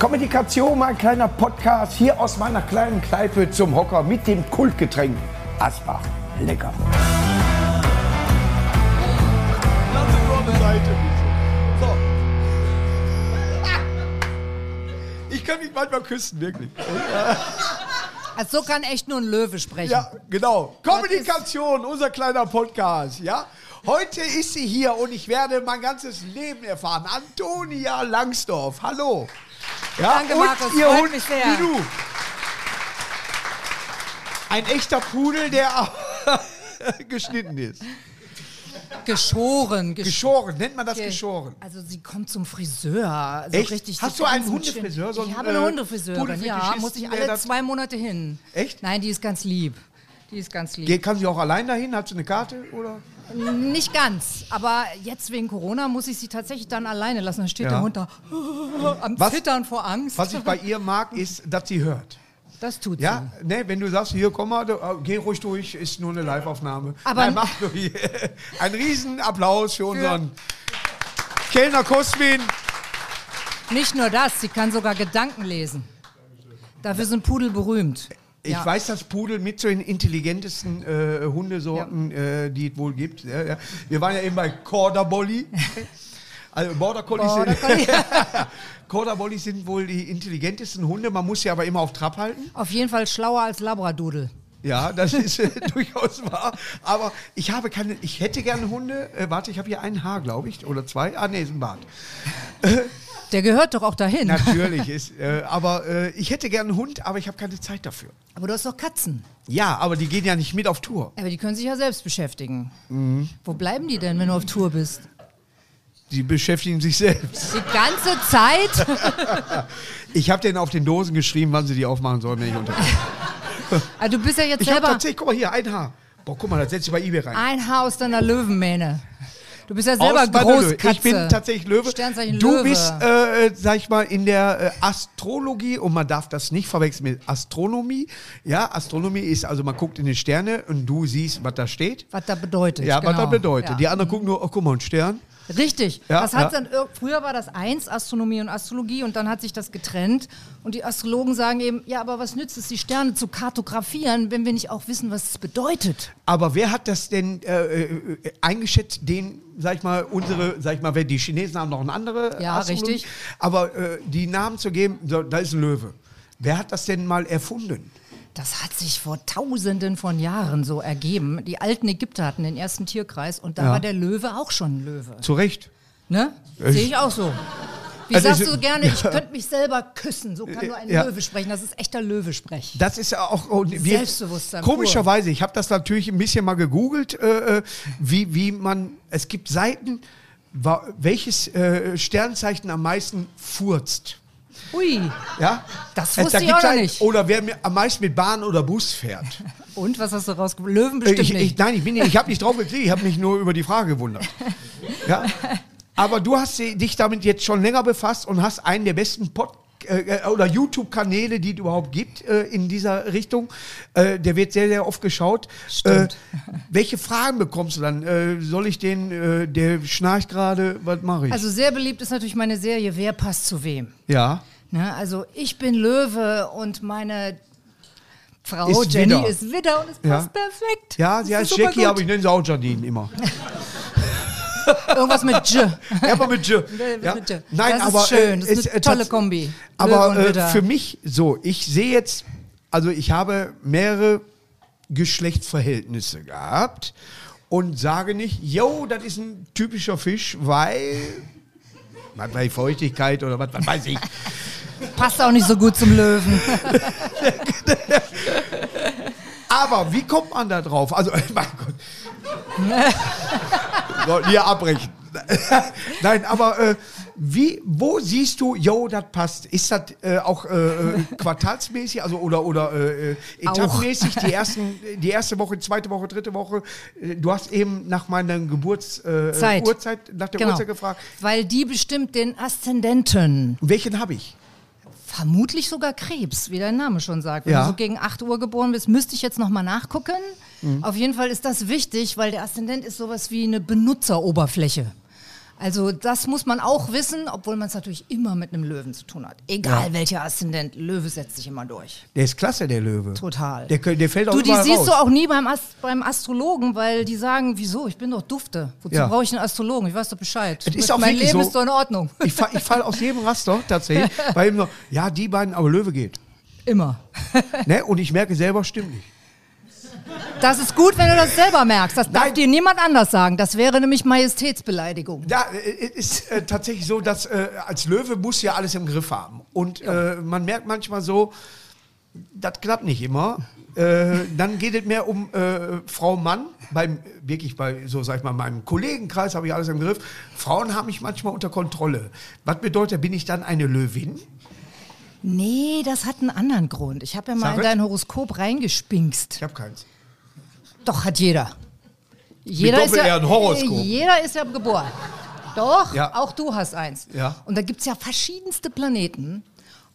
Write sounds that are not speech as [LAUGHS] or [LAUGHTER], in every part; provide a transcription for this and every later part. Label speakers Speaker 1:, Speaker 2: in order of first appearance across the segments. Speaker 1: Kommunikation, mein kleiner Podcast hier aus meiner kleinen Kneipe zum Hocker mit dem Kultgetränk Asbach. Lecker.
Speaker 2: Seite. So. [LAUGHS] Ich kann mich manchmal küssen, wirklich.
Speaker 3: Also so kann echt nur ein Löwe sprechen.
Speaker 2: Ja, genau. Kommunikation, unser kleiner Podcast, ja. Heute ist sie hier und ich werde mein ganzes Leben erfahren. Antonia Langsdorf, hallo. Ja,
Speaker 3: Danke,
Speaker 2: und
Speaker 3: Markus,
Speaker 2: ihr
Speaker 3: freut
Speaker 2: Hund
Speaker 3: mich sehr.
Speaker 2: wie du. Ein echter Pudel, der [LAUGHS] geschnitten ist.
Speaker 3: Geschoren. gesch-
Speaker 2: Geschoren, nennt man das
Speaker 3: ge-
Speaker 2: geschoren?
Speaker 3: Also sie kommt zum Friseur. So
Speaker 2: Echt?
Speaker 3: richtig
Speaker 2: Hast
Speaker 3: so
Speaker 2: du
Speaker 3: ganz
Speaker 2: einen
Speaker 3: mit Schwim-
Speaker 2: Hundefriseur, so
Speaker 3: ich
Speaker 2: einen,
Speaker 3: habe eine
Speaker 2: äh,
Speaker 3: Hundefriseurin, ja.
Speaker 2: Pudelfetischisten,
Speaker 3: Muss ich
Speaker 2: der
Speaker 3: alle
Speaker 2: das-
Speaker 3: zwei Monate hin.
Speaker 2: Echt?
Speaker 3: Nein, die ist ganz lieb. Die ist ganz lieb.
Speaker 2: Ge- Kann sie auch allein dahin? Hat sie eine Karte? Oder?
Speaker 3: Nicht ganz. Aber jetzt wegen Corona muss ich sie tatsächlich dann alleine lassen. Dann steht
Speaker 2: Ja.
Speaker 3: der Hund da [LAUGHS] am
Speaker 2: Was-
Speaker 3: Zittern vor Angst.
Speaker 2: Was
Speaker 3: [LAUGHS]
Speaker 2: ich bei ihr mag, ist, dass sie hört.
Speaker 3: das tut sie.
Speaker 2: Ja, ne, wenn du sagst, hier, komm mal, du, äh, geh ruhig durch, ist nur eine Live-Aufnahme.
Speaker 3: Aber-
Speaker 2: Nein, mach durch. [LAUGHS] Ein Riesenapplaus für unseren Kellner Kosmin.
Speaker 3: Nicht nur das, sie kann sogar Gedanken lesen. Dafür sind Pudel berühmt.
Speaker 2: Ich
Speaker 3: Ja.
Speaker 2: weiß, dass Pudel mit zu den intelligentesten äh, Hundesorten, äh, die es wohl gibt. Ja, ja. Wir waren ja eben bei Corder
Speaker 3: [LAUGHS]
Speaker 2: Collie. Also Border Collies,
Speaker 3: Border
Speaker 2: [LAUGHS]
Speaker 3: Collie.
Speaker 2: sind, Corder Collies sind wohl die intelligentesten Hunde. Man muss sie aber immer auf Trab halten.
Speaker 3: [LAUGHS] Auf jeden Fall schlauer als Labradudel.
Speaker 2: Ja, das ist äh, [LAUGHS] durchaus wahr. Aber ich habe keine, ich hätte gerne Hunde. Äh, warte, ich habe hier ein Haar, glaube ich, oder zwei. Ah, nee, ist ein Bart.
Speaker 3: Der gehört doch auch dahin.
Speaker 2: Natürlich ist, äh, aber äh, ich hätte gerne einen Hund, aber ich habe keine Zeit dafür.
Speaker 3: [LAUGHS] Aber du hast doch Katzen.
Speaker 2: Ja, aber die gehen ja nicht mit auf Tour.
Speaker 3: Aber die können sich ja selbst beschäftigen.
Speaker 2: Mhm.
Speaker 3: Wo bleiben die denn, wenn du auf Tour bist?
Speaker 2: Die beschäftigen sich selbst.
Speaker 3: Die ganze
Speaker 2: [LAUGHS]
Speaker 3: Zeit?
Speaker 2: Ich habe denen auf den Dosen geschrieben, wann sie die aufmachen sollen, wenn ich unter.
Speaker 3: Also du bist ja jetzt
Speaker 2: Ich habe
Speaker 3: selber
Speaker 2: tatsächlich, guck mal hier, ein Haar. Boah, guck mal, das setze ich bei eBay rein.
Speaker 3: ein Haar aus deiner Löwenmähne. Du bist ja selber
Speaker 2: Aus meiner Löwe.
Speaker 3: Großkatze.
Speaker 2: Ich bin tatsächlich Löwe.
Speaker 3: Sternzeichen
Speaker 2: du
Speaker 3: Löwe.
Speaker 2: bist, äh, äh, sag ich mal, in der äh, Astrologie und man darf das nicht verwechseln mit Astronomie. Ja, Astronomie ist also, man guckt in die Sterne und du siehst, was da steht.
Speaker 3: Was das bedeutet.
Speaker 2: Ja, was
Speaker 3: genau.
Speaker 2: das bedeutet.
Speaker 3: Ja.
Speaker 2: Die anderen gucken nur, oh, guck mal, ein Stern.
Speaker 3: Richtig.
Speaker 2: Ja,
Speaker 3: das hat's
Speaker 2: ja.
Speaker 3: dann, ir- früher war das eins, Astronomie und Astrologie, und dann hat sich das getrennt. Und die Astrologen sagen eben, ja, aber was nützt es, die Sterne zu kartografieren, wenn wir nicht auch wissen, was es bedeutet?
Speaker 2: Aber wer hat das denn äh, äh, äh, eingeschätzt, den, sag ich mal, unsere, sag ich mal, wer- die Chinesen haben noch eine andere äh,
Speaker 3: Ja,
Speaker 2: Astrologie.
Speaker 3: richtig.
Speaker 2: Aber äh, die Namen zu geben, so, da ist ein Löwe. Wer hat das denn mal erfunden?
Speaker 3: Das hat sich vor tausenden von Jahren so ergeben. Die alten Ägypter hatten den ersten Tierkreis und da
Speaker 2: Ja.
Speaker 3: war der Löwe auch schon ein Löwe.
Speaker 2: Zu Recht.
Speaker 3: Ne?
Speaker 2: Ich-
Speaker 3: Sehe ich auch so. Wie
Speaker 2: Also
Speaker 3: sagst
Speaker 2: ich-
Speaker 3: du gerne, ich Äh, könnte mich selber küssen, so kann nur ein
Speaker 2: Ja.
Speaker 3: Löwe sprechen. Das ist echter Löwe-Sprech.
Speaker 2: Das ist ja auch und wir-
Speaker 3: Selbstbewusstsein pur.
Speaker 2: Komischerweise, ich habe das natürlich ein bisschen mal gegoogelt, äh, äh, wie, wie man. Es gibt Seiten, wa- welches äh, Sternzeichen am meisten furzt.
Speaker 3: Ui.
Speaker 2: Ja?
Speaker 3: Das
Speaker 2: Äh,
Speaker 3: wusste ich
Speaker 2: gibt's
Speaker 3: auch noch
Speaker 2: Seiten-
Speaker 3: nicht.
Speaker 2: Oder wer mir am meisten mit Bahn oder Bus fährt.
Speaker 3: Und was hast du rausgefunden? Löwen
Speaker 2: Äh,
Speaker 3: bestimmt
Speaker 2: ich,
Speaker 3: nicht.
Speaker 2: ich, nein, ich bin nicht, ich habe nicht drauf gekriegt, ich habe mich nur über die Frage
Speaker 3: [LAUGHS]
Speaker 2: gewundert. Ja? Aber du hast di- dich damit jetzt schon länger befasst und hast einen der besten Pod äh, oder YouTube-Kanäle, die es überhaupt gibt äh, in dieser Richtung. Äh, der wird sehr, sehr oft geschaut.
Speaker 3: Stimmt.
Speaker 2: Äh, welche Fragen bekommst du dann? Äh, soll ich den, äh, der schnarcht gerade, was mache ich?
Speaker 3: Also sehr beliebt ist natürlich meine Serie Wer passt zu wem.
Speaker 2: ja.
Speaker 3: Ne? Also ich bin Löwe und meine Frau
Speaker 2: Ist
Speaker 3: Jenny
Speaker 2: Widder.
Speaker 3: ist Widder und es
Speaker 2: Ja.
Speaker 3: passt perfekt.
Speaker 2: Ja,
Speaker 3: Es
Speaker 2: sie
Speaker 3: ist
Speaker 2: heißt
Speaker 3: super
Speaker 2: Jackie,
Speaker 3: gut.
Speaker 2: aber ich nenne sie auch Janine immer.
Speaker 3: Irgendwas mit J.
Speaker 2: Ja, aber mit J. Ja.
Speaker 3: [LAUGHS] Mit J.
Speaker 2: Nein,
Speaker 3: das
Speaker 2: aber
Speaker 3: ist schön. Das
Speaker 2: äh,
Speaker 3: ist
Speaker 2: es-
Speaker 3: eine
Speaker 2: äh,
Speaker 3: tolle
Speaker 2: tats-
Speaker 3: Kombi.
Speaker 2: Aber
Speaker 3: Löwe und
Speaker 2: äh,
Speaker 3: Widder.
Speaker 2: für mich so, ich sehe jetzt, also ich habe mehrere Geschlechtsverhältnisse gehabt und sage nicht, yo, das ist ein typischer Fisch, weil was bei Feuchtigkeit oder was, was weiß ich.
Speaker 3: passt auch nicht so gut zum Löwen.
Speaker 2: Aber wie kommt man da drauf? Also, [LAUGHS] mein Gott. Sollten hier abbrechen. [LAUGHS] Nein, aber äh, wie, wo siehst du, yo, das passt? Ist das äh, auch äh, äh, quartalsmäßig, also oder oder äh, äh, etappenmäßig die ersten, die erste Woche, zweite Woche, dritte Woche? Äh, Du hast eben nach meiner Geburtszeit, äh,
Speaker 3: Zeit. Genau.
Speaker 2: Uhrzeit, nach der Uhrzeit gefragt.
Speaker 3: Weil die bestimmt den Aszendenten.
Speaker 2: Welchen habe ich?
Speaker 3: Vermutlich sogar Krebs, wie dein Name schon sagt. Wenn
Speaker 2: Ja.
Speaker 3: du so gegen 8 Uhr geboren bist, müsste ich jetzt nochmal nachgucken.
Speaker 2: Mhm.
Speaker 3: Auf jeden Fall ist das wichtig, weil der Aszendent ist sowas wie eine Benutzeroberfläche. Also das muss man auch wissen, obwohl man es natürlich immer mit einem Löwen zu tun hat. Egal welcher Aszendent, Löwe setzt sich immer durch.
Speaker 2: Der ist klasse, der Löwe.
Speaker 3: Total.
Speaker 2: Der, kö- der fällt auch
Speaker 3: Du, die
Speaker 2: überall
Speaker 3: siehst
Speaker 2: raus.
Speaker 3: du auch nie beim, Ast beim Astrologen, weil die sagen, wieso, ich bin doch Dufte. Wozu
Speaker 2: Ja.
Speaker 3: brauche ich einen Astrologen? Ich weiß doch Bescheid.
Speaker 2: Es ist auch
Speaker 3: mein
Speaker 2: wirklich
Speaker 3: Leben
Speaker 2: so.
Speaker 3: ist doch in Ordnung. [LAUGHS]
Speaker 2: Ich, fa ich fall aus jedem Raster tatsächlich, weil immer, ja, die beiden, aber Löwe geht.
Speaker 3: Immer.
Speaker 2: Ne? Und ich merke selber, stimmt nicht.
Speaker 3: Das ist gut, wenn du das selber merkst. Das darf
Speaker 2: Nein.
Speaker 3: dir niemand anders sagen. Das wäre nämlich Majestätsbeleidigung.
Speaker 2: Ja, äh, es ist äh, tatsächlich so, dass äh, als Löwe muss ja alles im Griff haben. Und äh, man merkt manchmal so, das klappt nicht immer. Äh, dann geht es mehr um äh, Frau Mann, beim, wirklich bei, so sag ich mal, meinem Kollegenkreis habe ich alles im Griff. Frauen haben mich manchmal unter Kontrolle. Was bedeutet, bin ich dann eine Löwin?
Speaker 3: Nee, das hat einen anderen Grund. Ich habe ja mal
Speaker 2: Sag
Speaker 3: in
Speaker 2: es.
Speaker 3: dein Horoskop
Speaker 2: Ich
Speaker 3: reingespinkst.
Speaker 2: habe keins.
Speaker 3: Doch, hat jeder. Jeder ist, ja,
Speaker 2: Doppel-R ein Horoskop.
Speaker 3: jeder ist ja geboren. Doch,
Speaker 2: Ja.
Speaker 3: auch du hast eins.
Speaker 2: Ja.
Speaker 3: Und da gibt es ja verschiedenste Planeten.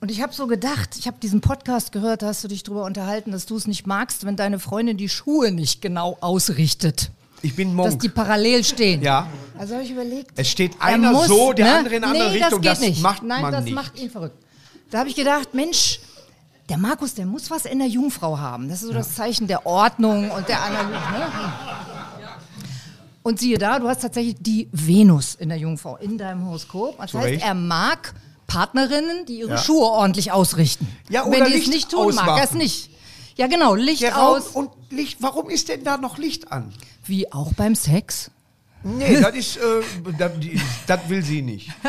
Speaker 3: Und ich habe so gedacht, ich habe diesen Podcast gehört, da hast du dich drüber unterhalten, dass du es nicht magst, wenn deine Freundin die Schuhe nicht genau ausrichtet.
Speaker 2: Ich bin
Speaker 3: Dass die
Speaker 2: Monk.
Speaker 3: parallel stehen.
Speaker 2: Ja.
Speaker 3: Also habe ich überlegt,
Speaker 2: Es steht
Speaker 3: er
Speaker 2: einer
Speaker 3: muss,
Speaker 2: so, der
Speaker 3: ne?
Speaker 2: andere in eine andere
Speaker 3: nee,
Speaker 2: Richtung.
Speaker 3: Das,
Speaker 2: Das,
Speaker 3: geht nicht.
Speaker 2: macht
Speaker 3: Nein,
Speaker 2: man
Speaker 3: das
Speaker 2: nicht.
Speaker 3: macht ihn verrückt. Da habe ich gedacht, Mensch, der Markus, der muss was in der Jungfrau haben. Das ist so das Zeichen der Ordnung und der Analyse. Ne? Und siehe da, du hast tatsächlich die Venus in der Jungfrau in deinem Horoskop. Das
Speaker 2: Zu
Speaker 3: heißt,
Speaker 2: Recht.
Speaker 3: er mag Partnerinnen, die ihre
Speaker 2: Ja.
Speaker 3: Schuhe ordentlich ausrichten.
Speaker 2: Ja,
Speaker 3: Und
Speaker 2: oder
Speaker 3: Wenn die es
Speaker 2: Licht
Speaker 3: nicht tun, mag er es
Speaker 2: ausmachen.
Speaker 3: nicht. Ja, genau, Licht
Speaker 2: Der Raum
Speaker 3: aus.
Speaker 2: und Licht, warum ist denn da noch Licht an?
Speaker 3: Wie auch beim Sex.
Speaker 2: [LAUGHS] Nee, das ist, äh, das, die- das will sie nicht. [LAUGHS]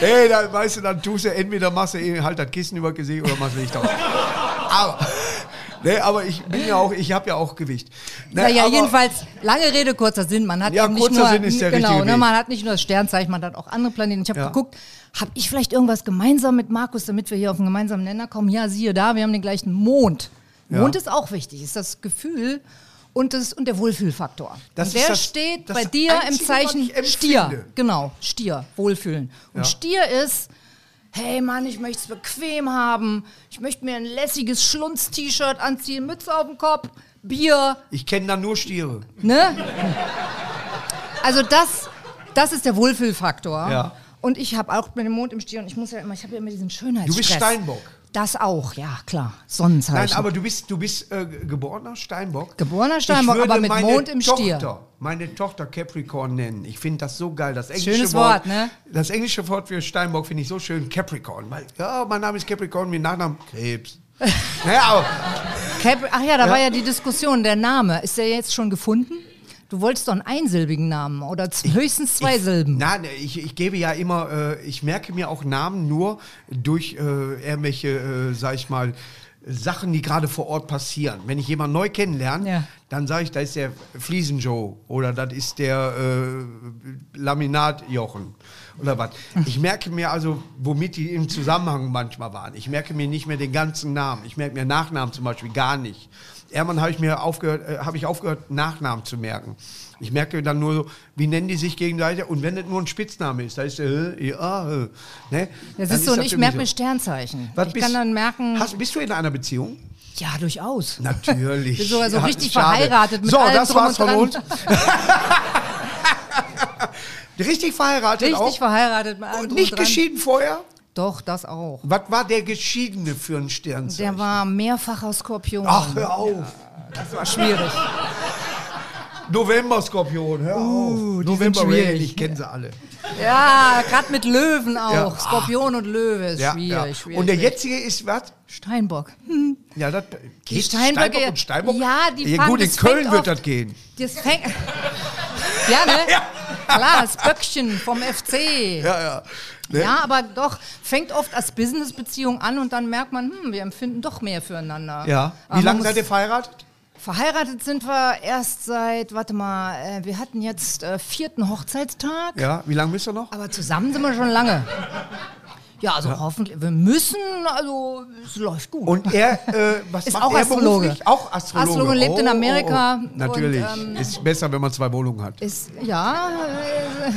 Speaker 2: hey, dann weißt du, dann tust du entweder machst du eh halt das Kissen über das Gesicht oder machst Licht aus. Aber, nee, aber ich bin ja auch, ich habe ja auch Gewicht. Nee,
Speaker 3: Naja,
Speaker 2: aber-
Speaker 3: jedenfalls, lange Rede, kurzer Sinn. Man hat
Speaker 2: Ja,
Speaker 3: eben nicht
Speaker 2: kurzer
Speaker 3: nur,
Speaker 2: Sinn ist der
Speaker 3: genau,
Speaker 2: richtige
Speaker 3: ne,
Speaker 2: Weg.
Speaker 3: Man hat nicht nur das Sternzeichen, man hat auch andere Planeten. Ich habe
Speaker 2: Ja.
Speaker 3: geguckt, habe ich vielleicht irgendwas gemeinsam mit Markus, damit wir hier auf einen gemeinsamen Nenner kommen? Ja, siehe da, wir haben den gleichen Mond.
Speaker 2: Ja.
Speaker 3: Mond ist auch wichtig, ist das Gefühl und, das, und der Wohlfühlfaktor.
Speaker 2: Das
Speaker 3: und
Speaker 2: ist
Speaker 3: der
Speaker 2: das-
Speaker 3: steht
Speaker 2: das
Speaker 3: bei dir im
Speaker 2: Einzige, was
Speaker 3: Zeichen
Speaker 2: ich empfinde.
Speaker 3: Stier. Genau, Stier, Wohlfühlen. Und
Speaker 2: Ja.
Speaker 3: Stier ist, hey Mann, ich möchte es bequem haben, ich möchte mir ein lässiges Schlunz-T-Shirt anziehen, Mütze auf dem Kopf, Bier,
Speaker 2: Ich kenne da nur Stiere.
Speaker 3: Ne? Also das, das ist der Wohlfühlfaktor.
Speaker 2: Ja.
Speaker 3: Und ich habe auch mit dem Mond im Stier und ich muss ja immer, ich habe ja immer diesen
Speaker 2: Du
Speaker 3: Schönheitsstress.
Speaker 2: bist Steinbock.
Speaker 3: Das auch, ja klar.
Speaker 2: Nein,
Speaker 3: Sonnenzeichen.
Speaker 2: aber du bist, du bist äh, geborener Steinbock.
Speaker 3: Geborener Steinbock,
Speaker 2: Ich würde
Speaker 3: aber mit
Speaker 2: meine
Speaker 3: Mond im Stier.
Speaker 2: Tochter, meine Tochter Capricorn nennen. Ich finde das so geil. Das englische
Speaker 3: Schönes Wort, ne?
Speaker 2: Das englische Wort für Steinbock finde ich so schön. Capricorn. Weil, ja, mein Name ist Capricorn, mein Nachname
Speaker 3: [LAUGHS]
Speaker 2: Krebs. naja, aber
Speaker 3: Cap Ach ja, da
Speaker 2: Ja.
Speaker 3: war ja die Diskussion, der Name. Ist der jetzt schon gefunden? Du wolltest doch einen einsilbigen Namen oder z- höchstens zwei Silben.
Speaker 2: Nein, ich, ich gebe ja immer, äh, ich merke mir auch Namen nur durch äh, irgendwelche, äh, sag ich mal, Sachen, die gerade vor Ort passieren. Wenn ich jemanden neu kennenlerne,
Speaker 3: Ja.
Speaker 2: dann sage ich, da ist der Fliesenjoe oder das ist der äh, Laminatjochen oder was. Ich merke mir also, womit die im Zusammenhang manchmal waren. Ich merke mir nicht mehr den ganzen Namen. Ich merke mir Nachnamen zum Beispiel gar nicht. Irgendwann habe ich mir aufgehört, äh, habe ich aufgehört, Nachnamen zu merken. Ich merke dann nur so, wie nennen die sich gegenseitig und wenn das nur ein Spitzname ist, da ist äh, ja, äh, ne?
Speaker 3: Das
Speaker 2: Dann
Speaker 3: ist so, und
Speaker 2: das
Speaker 3: ich
Speaker 2: für
Speaker 3: merke mir
Speaker 2: mich so.
Speaker 3: Sternzeichen.
Speaker 2: Was
Speaker 3: ich
Speaker 2: bist-
Speaker 3: kann dann merken,
Speaker 2: Hast, bist du in einer Beziehung?
Speaker 3: ja, durchaus.
Speaker 2: Natürlich.
Speaker 3: Bin sogar so
Speaker 2: Ja,
Speaker 3: also richtig
Speaker 2: schade.
Speaker 3: verheiratet mit
Speaker 2: So,
Speaker 3: allem
Speaker 2: das
Speaker 3: drum und
Speaker 2: war's von
Speaker 3: dran.
Speaker 2: uns. richtig verheiratet
Speaker 3: Richtig
Speaker 2: auch.
Speaker 3: verheiratet mit allem
Speaker 2: Genau. Und
Speaker 3: drum
Speaker 2: nicht
Speaker 3: und dran.
Speaker 2: geschieden vorher?
Speaker 3: Doch, das auch.
Speaker 2: Was war der Geschiedene für ein Sternzeichen?
Speaker 3: Der war mehrfacher Skorpion.
Speaker 2: Ach, hör auf.
Speaker 3: das war schwierig.
Speaker 2: November-Skorpion, hör auf.
Speaker 3: Uh, die sind
Speaker 2: November Rain,
Speaker 3: schwierig.
Speaker 2: ich kenne sie alle.
Speaker 3: Ja, gerade mit Löwen auch.
Speaker 2: Ja.
Speaker 3: Skorpion und Löwe ist
Speaker 2: Ja,
Speaker 3: schwierig,
Speaker 2: ja.
Speaker 3: schwierig.
Speaker 2: Und der
Speaker 3: schwierig.
Speaker 2: jetzige ist was?
Speaker 3: Steinbock. Hm.
Speaker 2: Ja, das geht
Speaker 3: Steinböcke-
Speaker 2: Steinbock und Steinbock?
Speaker 3: Ja, die
Speaker 2: ja,
Speaker 3: fahren-
Speaker 2: Gut, in
Speaker 3: das fängt
Speaker 2: Köln wird
Speaker 3: oft-
Speaker 2: das gehen.
Speaker 3: Das [LAUGHS] fängt. Ja, ne? Klar, das Böckchen vom FC. Ja.
Speaker 2: Ja, ja. Ne?
Speaker 3: aber doch, fängt oft als Businessbeziehung an und dann merkt man, hm, wir empfinden doch mehr füreinander.
Speaker 2: ja.
Speaker 3: Aber
Speaker 2: Wie
Speaker 3: man
Speaker 2: lange
Speaker 3: muss-
Speaker 2: seid ihr verheiratet?
Speaker 3: Verheiratet sind wir erst seit, warte mal, äh, wir hatten jetzt äh, vierten Hochzeitstag.
Speaker 2: Ja, wie lange bist du noch?
Speaker 3: Aber zusammen sind wir schon lange. Ja, also hoffentlich. Wir müssen, also es läuft gut.
Speaker 2: Und er, äh, was
Speaker 3: Ist
Speaker 2: macht
Speaker 3: auch
Speaker 2: er
Speaker 3: Astrologe.
Speaker 2: beruflich? Auch Astrologe. Oh,
Speaker 3: Astrologe, lebt in Amerika und,
Speaker 2: Natürlich.
Speaker 3: ähm,
Speaker 2: ist besser, wenn man zwei Wohnungen
Speaker 3: [LAUGHS]
Speaker 2: hat.
Speaker 3: ist, ja, äh,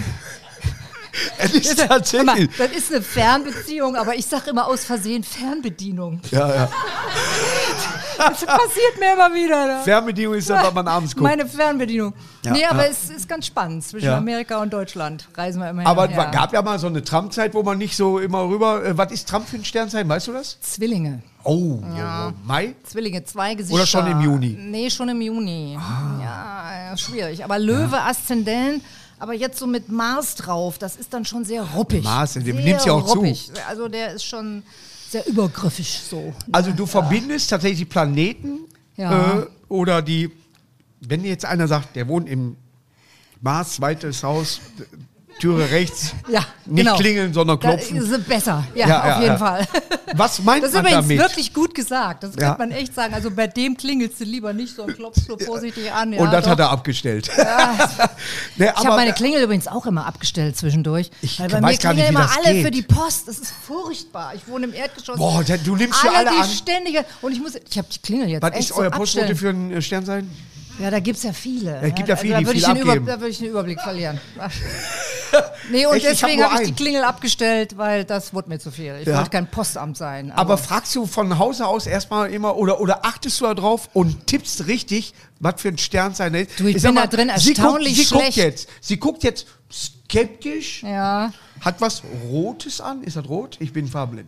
Speaker 2: Es ist
Speaker 3: hör mal,
Speaker 2: tatsächlich.
Speaker 3: das
Speaker 2: [LAUGHS]
Speaker 3: ist eine Fernbeziehung, aber ich sage immer aus Versehen Fernbedienung.
Speaker 2: Ja, ja.
Speaker 3: Das passiert mir immer wieder. Ne?
Speaker 2: Fernbedienung ist das, was man abends guckt.
Speaker 3: Meine Fernbedienung.
Speaker 2: Ja,
Speaker 3: nee, aber
Speaker 2: ja.
Speaker 3: es ist ganz spannend. Zwischen
Speaker 2: Ja.
Speaker 3: Amerika und Deutschland reisen wir immer hin
Speaker 2: Aber
Speaker 3: und her.
Speaker 2: es gab ja mal so eine Tramzeit, wo man nicht so immer rüber. Äh, was ist Tram für ein Sternzeichen? Weißt du das?
Speaker 3: Zwillinge.
Speaker 2: Oh, Mai?
Speaker 3: Zwillinge, zwei Gesichter.
Speaker 2: Oder schon im Juni? Ah.
Speaker 3: Nee, schon im Juni. Ja, ja, schwierig. Aber Löwe, Aszendent, aber jetzt so mit Mars drauf, das ist dann schon sehr ruppig.
Speaker 2: Mars,
Speaker 3: sehr
Speaker 2: dem nimmt's ja auch zu.
Speaker 3: ruppig. Also der ist schon sehr übergriffig so.
Speaker 2: Also du verbindest tatsächlich die Planeten
Speaker 3: Ja.
Speaker 2: äh, oder die, wenn dir jetzt einer sagt, der wohnt im Mars, zweites Haus, Türe rechts,
Speaker 3: Ja,
Speaker 2: nicht
Speaker 3: genau.
Speaker 2: klingeln, sondern
Speaker 3: Da
Speaker 2: klopfen.
Speaker 3: ist es besser, ja,
Speaker 2: Ja,
Speaker 3: auf
Speaker 2: ja,
Speaker 3: jeden
Speaker 2: ja.
Speaker 3: Fall.
Speaker 2: Was meint
Speaker 3: Das ist
Speaker 2: man
Speaker 3: übrigens
Speaker 2: damit?
Speaker 3: wirklich gut gesagt. Das
Speaker 2: Ja.
Speaker 3: kann man echt sagen. Also bei dem klingelst du lieber nicht, sondern klopfst du vorsichtig an. Ja,
Speaker 2: Und das
Speaker 3: doch.
Speaker 2: hat er abgestellt. [LAUGHS] Ne, Nee,
Speaker 3: Ich habe meine Klingel übrigens auch immer abgestellt zwischendurch.
Speaker 2: Ich
Speaker 3: weil
Speaker 2: weiß
Speaker 3: bei mir
Speaker 2: gar
Speaker 3: klingeln
Speaker 2: nicht, wie
Speaker 3: immer
Speaker 2: das
Speaker 3: alle
Speaker 2: geht.
Speaker 3: für die Post. Das ist furchtbar. Ich wohne im Erdgeschoss.
Speaker 2: Boah, da- du nimmst hier alle
Speaker 3: die
Speaker 2: an.
Speaker 3: ständige. Und ich muss, ich habe die Klingel jetzt.
Speaker 2: was
Speaker 3: echt
Speaker 2: ist
Speaker 3: so
Speaker 2: euer Postbote
Speaker 3: abstellen.
Speaker 2: für ein äh, Sternzeichen?
Speaker 3: Ja, da gibt es ja viele.
Speaker 2: Ja, gibt ja viele,
Speaker 3: da
Speaker 2: die
Speaker 3: würde ich
Speaker 2: viel
Speaker 3: den Über,
Speaker 2: abgeben.
Speaker 3: da würde ich den
Speaker 2: [LAUGHS]
Speaker 3: Überblick verlieren. nee, und
Speaker 2: Echt, ich hab
Speaker 3: deswegen
Speaker 2: nur
Speaker 3: habe ich die
Speaker 2: einen.
Speaker 3: Klingel abgestellt, weil das wurde mir zu viel. Ich
Speaker 2: Ja.
Speaker 3: wollte kein Postamt sein.
Speaker 2: Aber fragst du von Hause aus erstmal immer oder, oder achtest du da drauf und tippst richtig, was für ein Sternzeichen das ist?
Speaker 3: Du, ich
Speaker 2: sag
Speaker 3: bin da drin
Speaker 2: sie
Speaker 3: erstaunlich
Speaker 2: guckt, sie
Speaker 3: schlecht.
Speaker 2: Guckt jetzt, sie guckt jetzt skeptisch,
Speaker 3: ja,
Speaker 2: hat was Rotes an. Ist das rot? Ich bin farbenblind.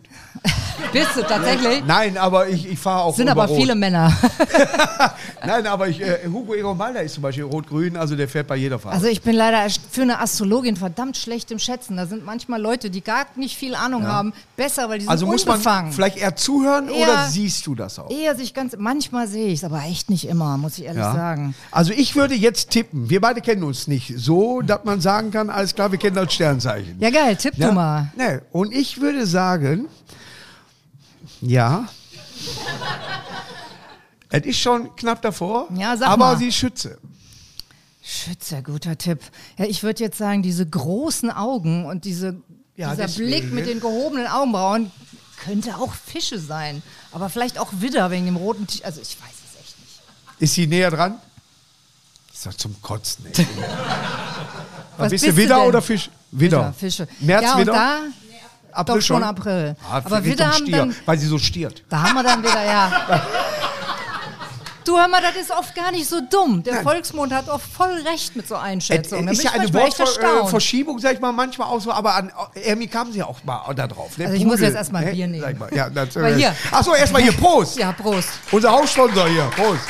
Speaker 3: bist du tatsächlich?
Speaker 2: Nein, aber ich, ich fahre auch
Speaker 3: Sind
Speaker 2: über
Speaker 3: aber
Speaker 2: rot.
Speaker 3: viele Männer.
Speaker 2: Nein, aber ich, äh, Hugo Egon Malder ist zum Beispiel rot-grün, also der fährt bei jeder Farbe.
Speaker 3: Also ich bin leider erst- für eine Astrologin verdammt schlecht im Schätzen. Da sind manchmal Leute, die gar nicht viel Ahnung haben, besser, weil die sind
Speaker 2: Also, muss man
Speaker 3: unbefangen.
Speaker 2: vielleicht eher zuhören oder
Speaker 3: Eher-
Speaker 2: siehst du das auch?
Speaker 3: Eher sich ganz, manchmal sehe ich es, aber echt nicht immer, muss ich ehrlich
Speaker 2: Ja.
Speaker 3: sagen.
Speaker 2: Also ich würde jetzt tippen, wir beide kennen uns nicht so, dass man sagen kann, alles klar, wir kennen das Sternzeichen.
Speaker 3: Ja geil, tipp
Speaker 2: Ja,
Speaker 3: du mal.
Speaker 2: Nee. Und ich würde sagen, ja. [LAUGHS] es ist schon knapp davor.
Speaker 3: Ja, sag
Speaker 2: aber
Speaker 3: mal.
Speaker 2: sie ist Schütze.
Speaker 3: Schütze, guter Tipp. Ja, ich würde jetzt sagen, diese großen Augen und diese,
Speaker 2: Ja,
Speaker 3: dieser
Speaker 2: deswegen.
Speaker 3: Blick mit den gehobenen Augenbrauen könnte auch Fische sein. Aber vielleicht auch Widder wegen dem roten Tisch. Also ich weiß es echt nicht.
Speaker 2: Ist sie näher dran? Ist doch zum Kotzen,
Speaker 3: [LAUGHS]
Speaker 2: ey. Was bist du,
Speaker 3: bist du
Speaker 2: Widder
Speaker 3: denn?
Speaker 2: oder Fisch? Widder.
Speaker 3: Widder, Fische.
Speaker 2: März,
Speaker 3: ja, und
Speaker 2: Widder?
Speaker 3: da
Speaker 2: April
Speaker 3: doch schon April.
Speaker 2: Ah,
Speaker 3: aber
Speaker 2: Richtung
Speaker 3: Widder haben
Speaker 2: Stier,
Speaker 3: dann
Speaker 2: weil sie so stiert.
Speaker 3: Da haben wir dann wieder, ja. Du hör mal, das ist oft gar nicht so dumm. Der Volksmond hat oft voll recht mit so Einschätzungen. Da
Speaker 2: Es Äh, ist
Speaker 3: bin
Speaker 2: ja
Speaker 3: ich
Speaker 2: eine
Speaker 3: manchmal echt
Speaker 2: Wortver äh,
Speaker 3: erstaunt.
Speaker 2: Verschiebung, sag ich mal, manchmal auch so, aber an Ermi kamen sie auch mal da drauf. ne?
Speaker 3: Also ich muss
Speaker 2: Pudel,
Speaker 3: jetzt erst mal
Speaker 2: ne?
Speaker 3: Bier nehmen.
Speaker 2: Sag ich Mal. Ja,
Speaker 3: Weil
Speaker 2: natürlich.
Speaker 3: hier-
Speaker 2: Achso, erstmal hier, Prost.
Speaker 3: [LAUGHS] Ja, Prost.
Speaker 2: Unser Hauptsponsor hier, Prost.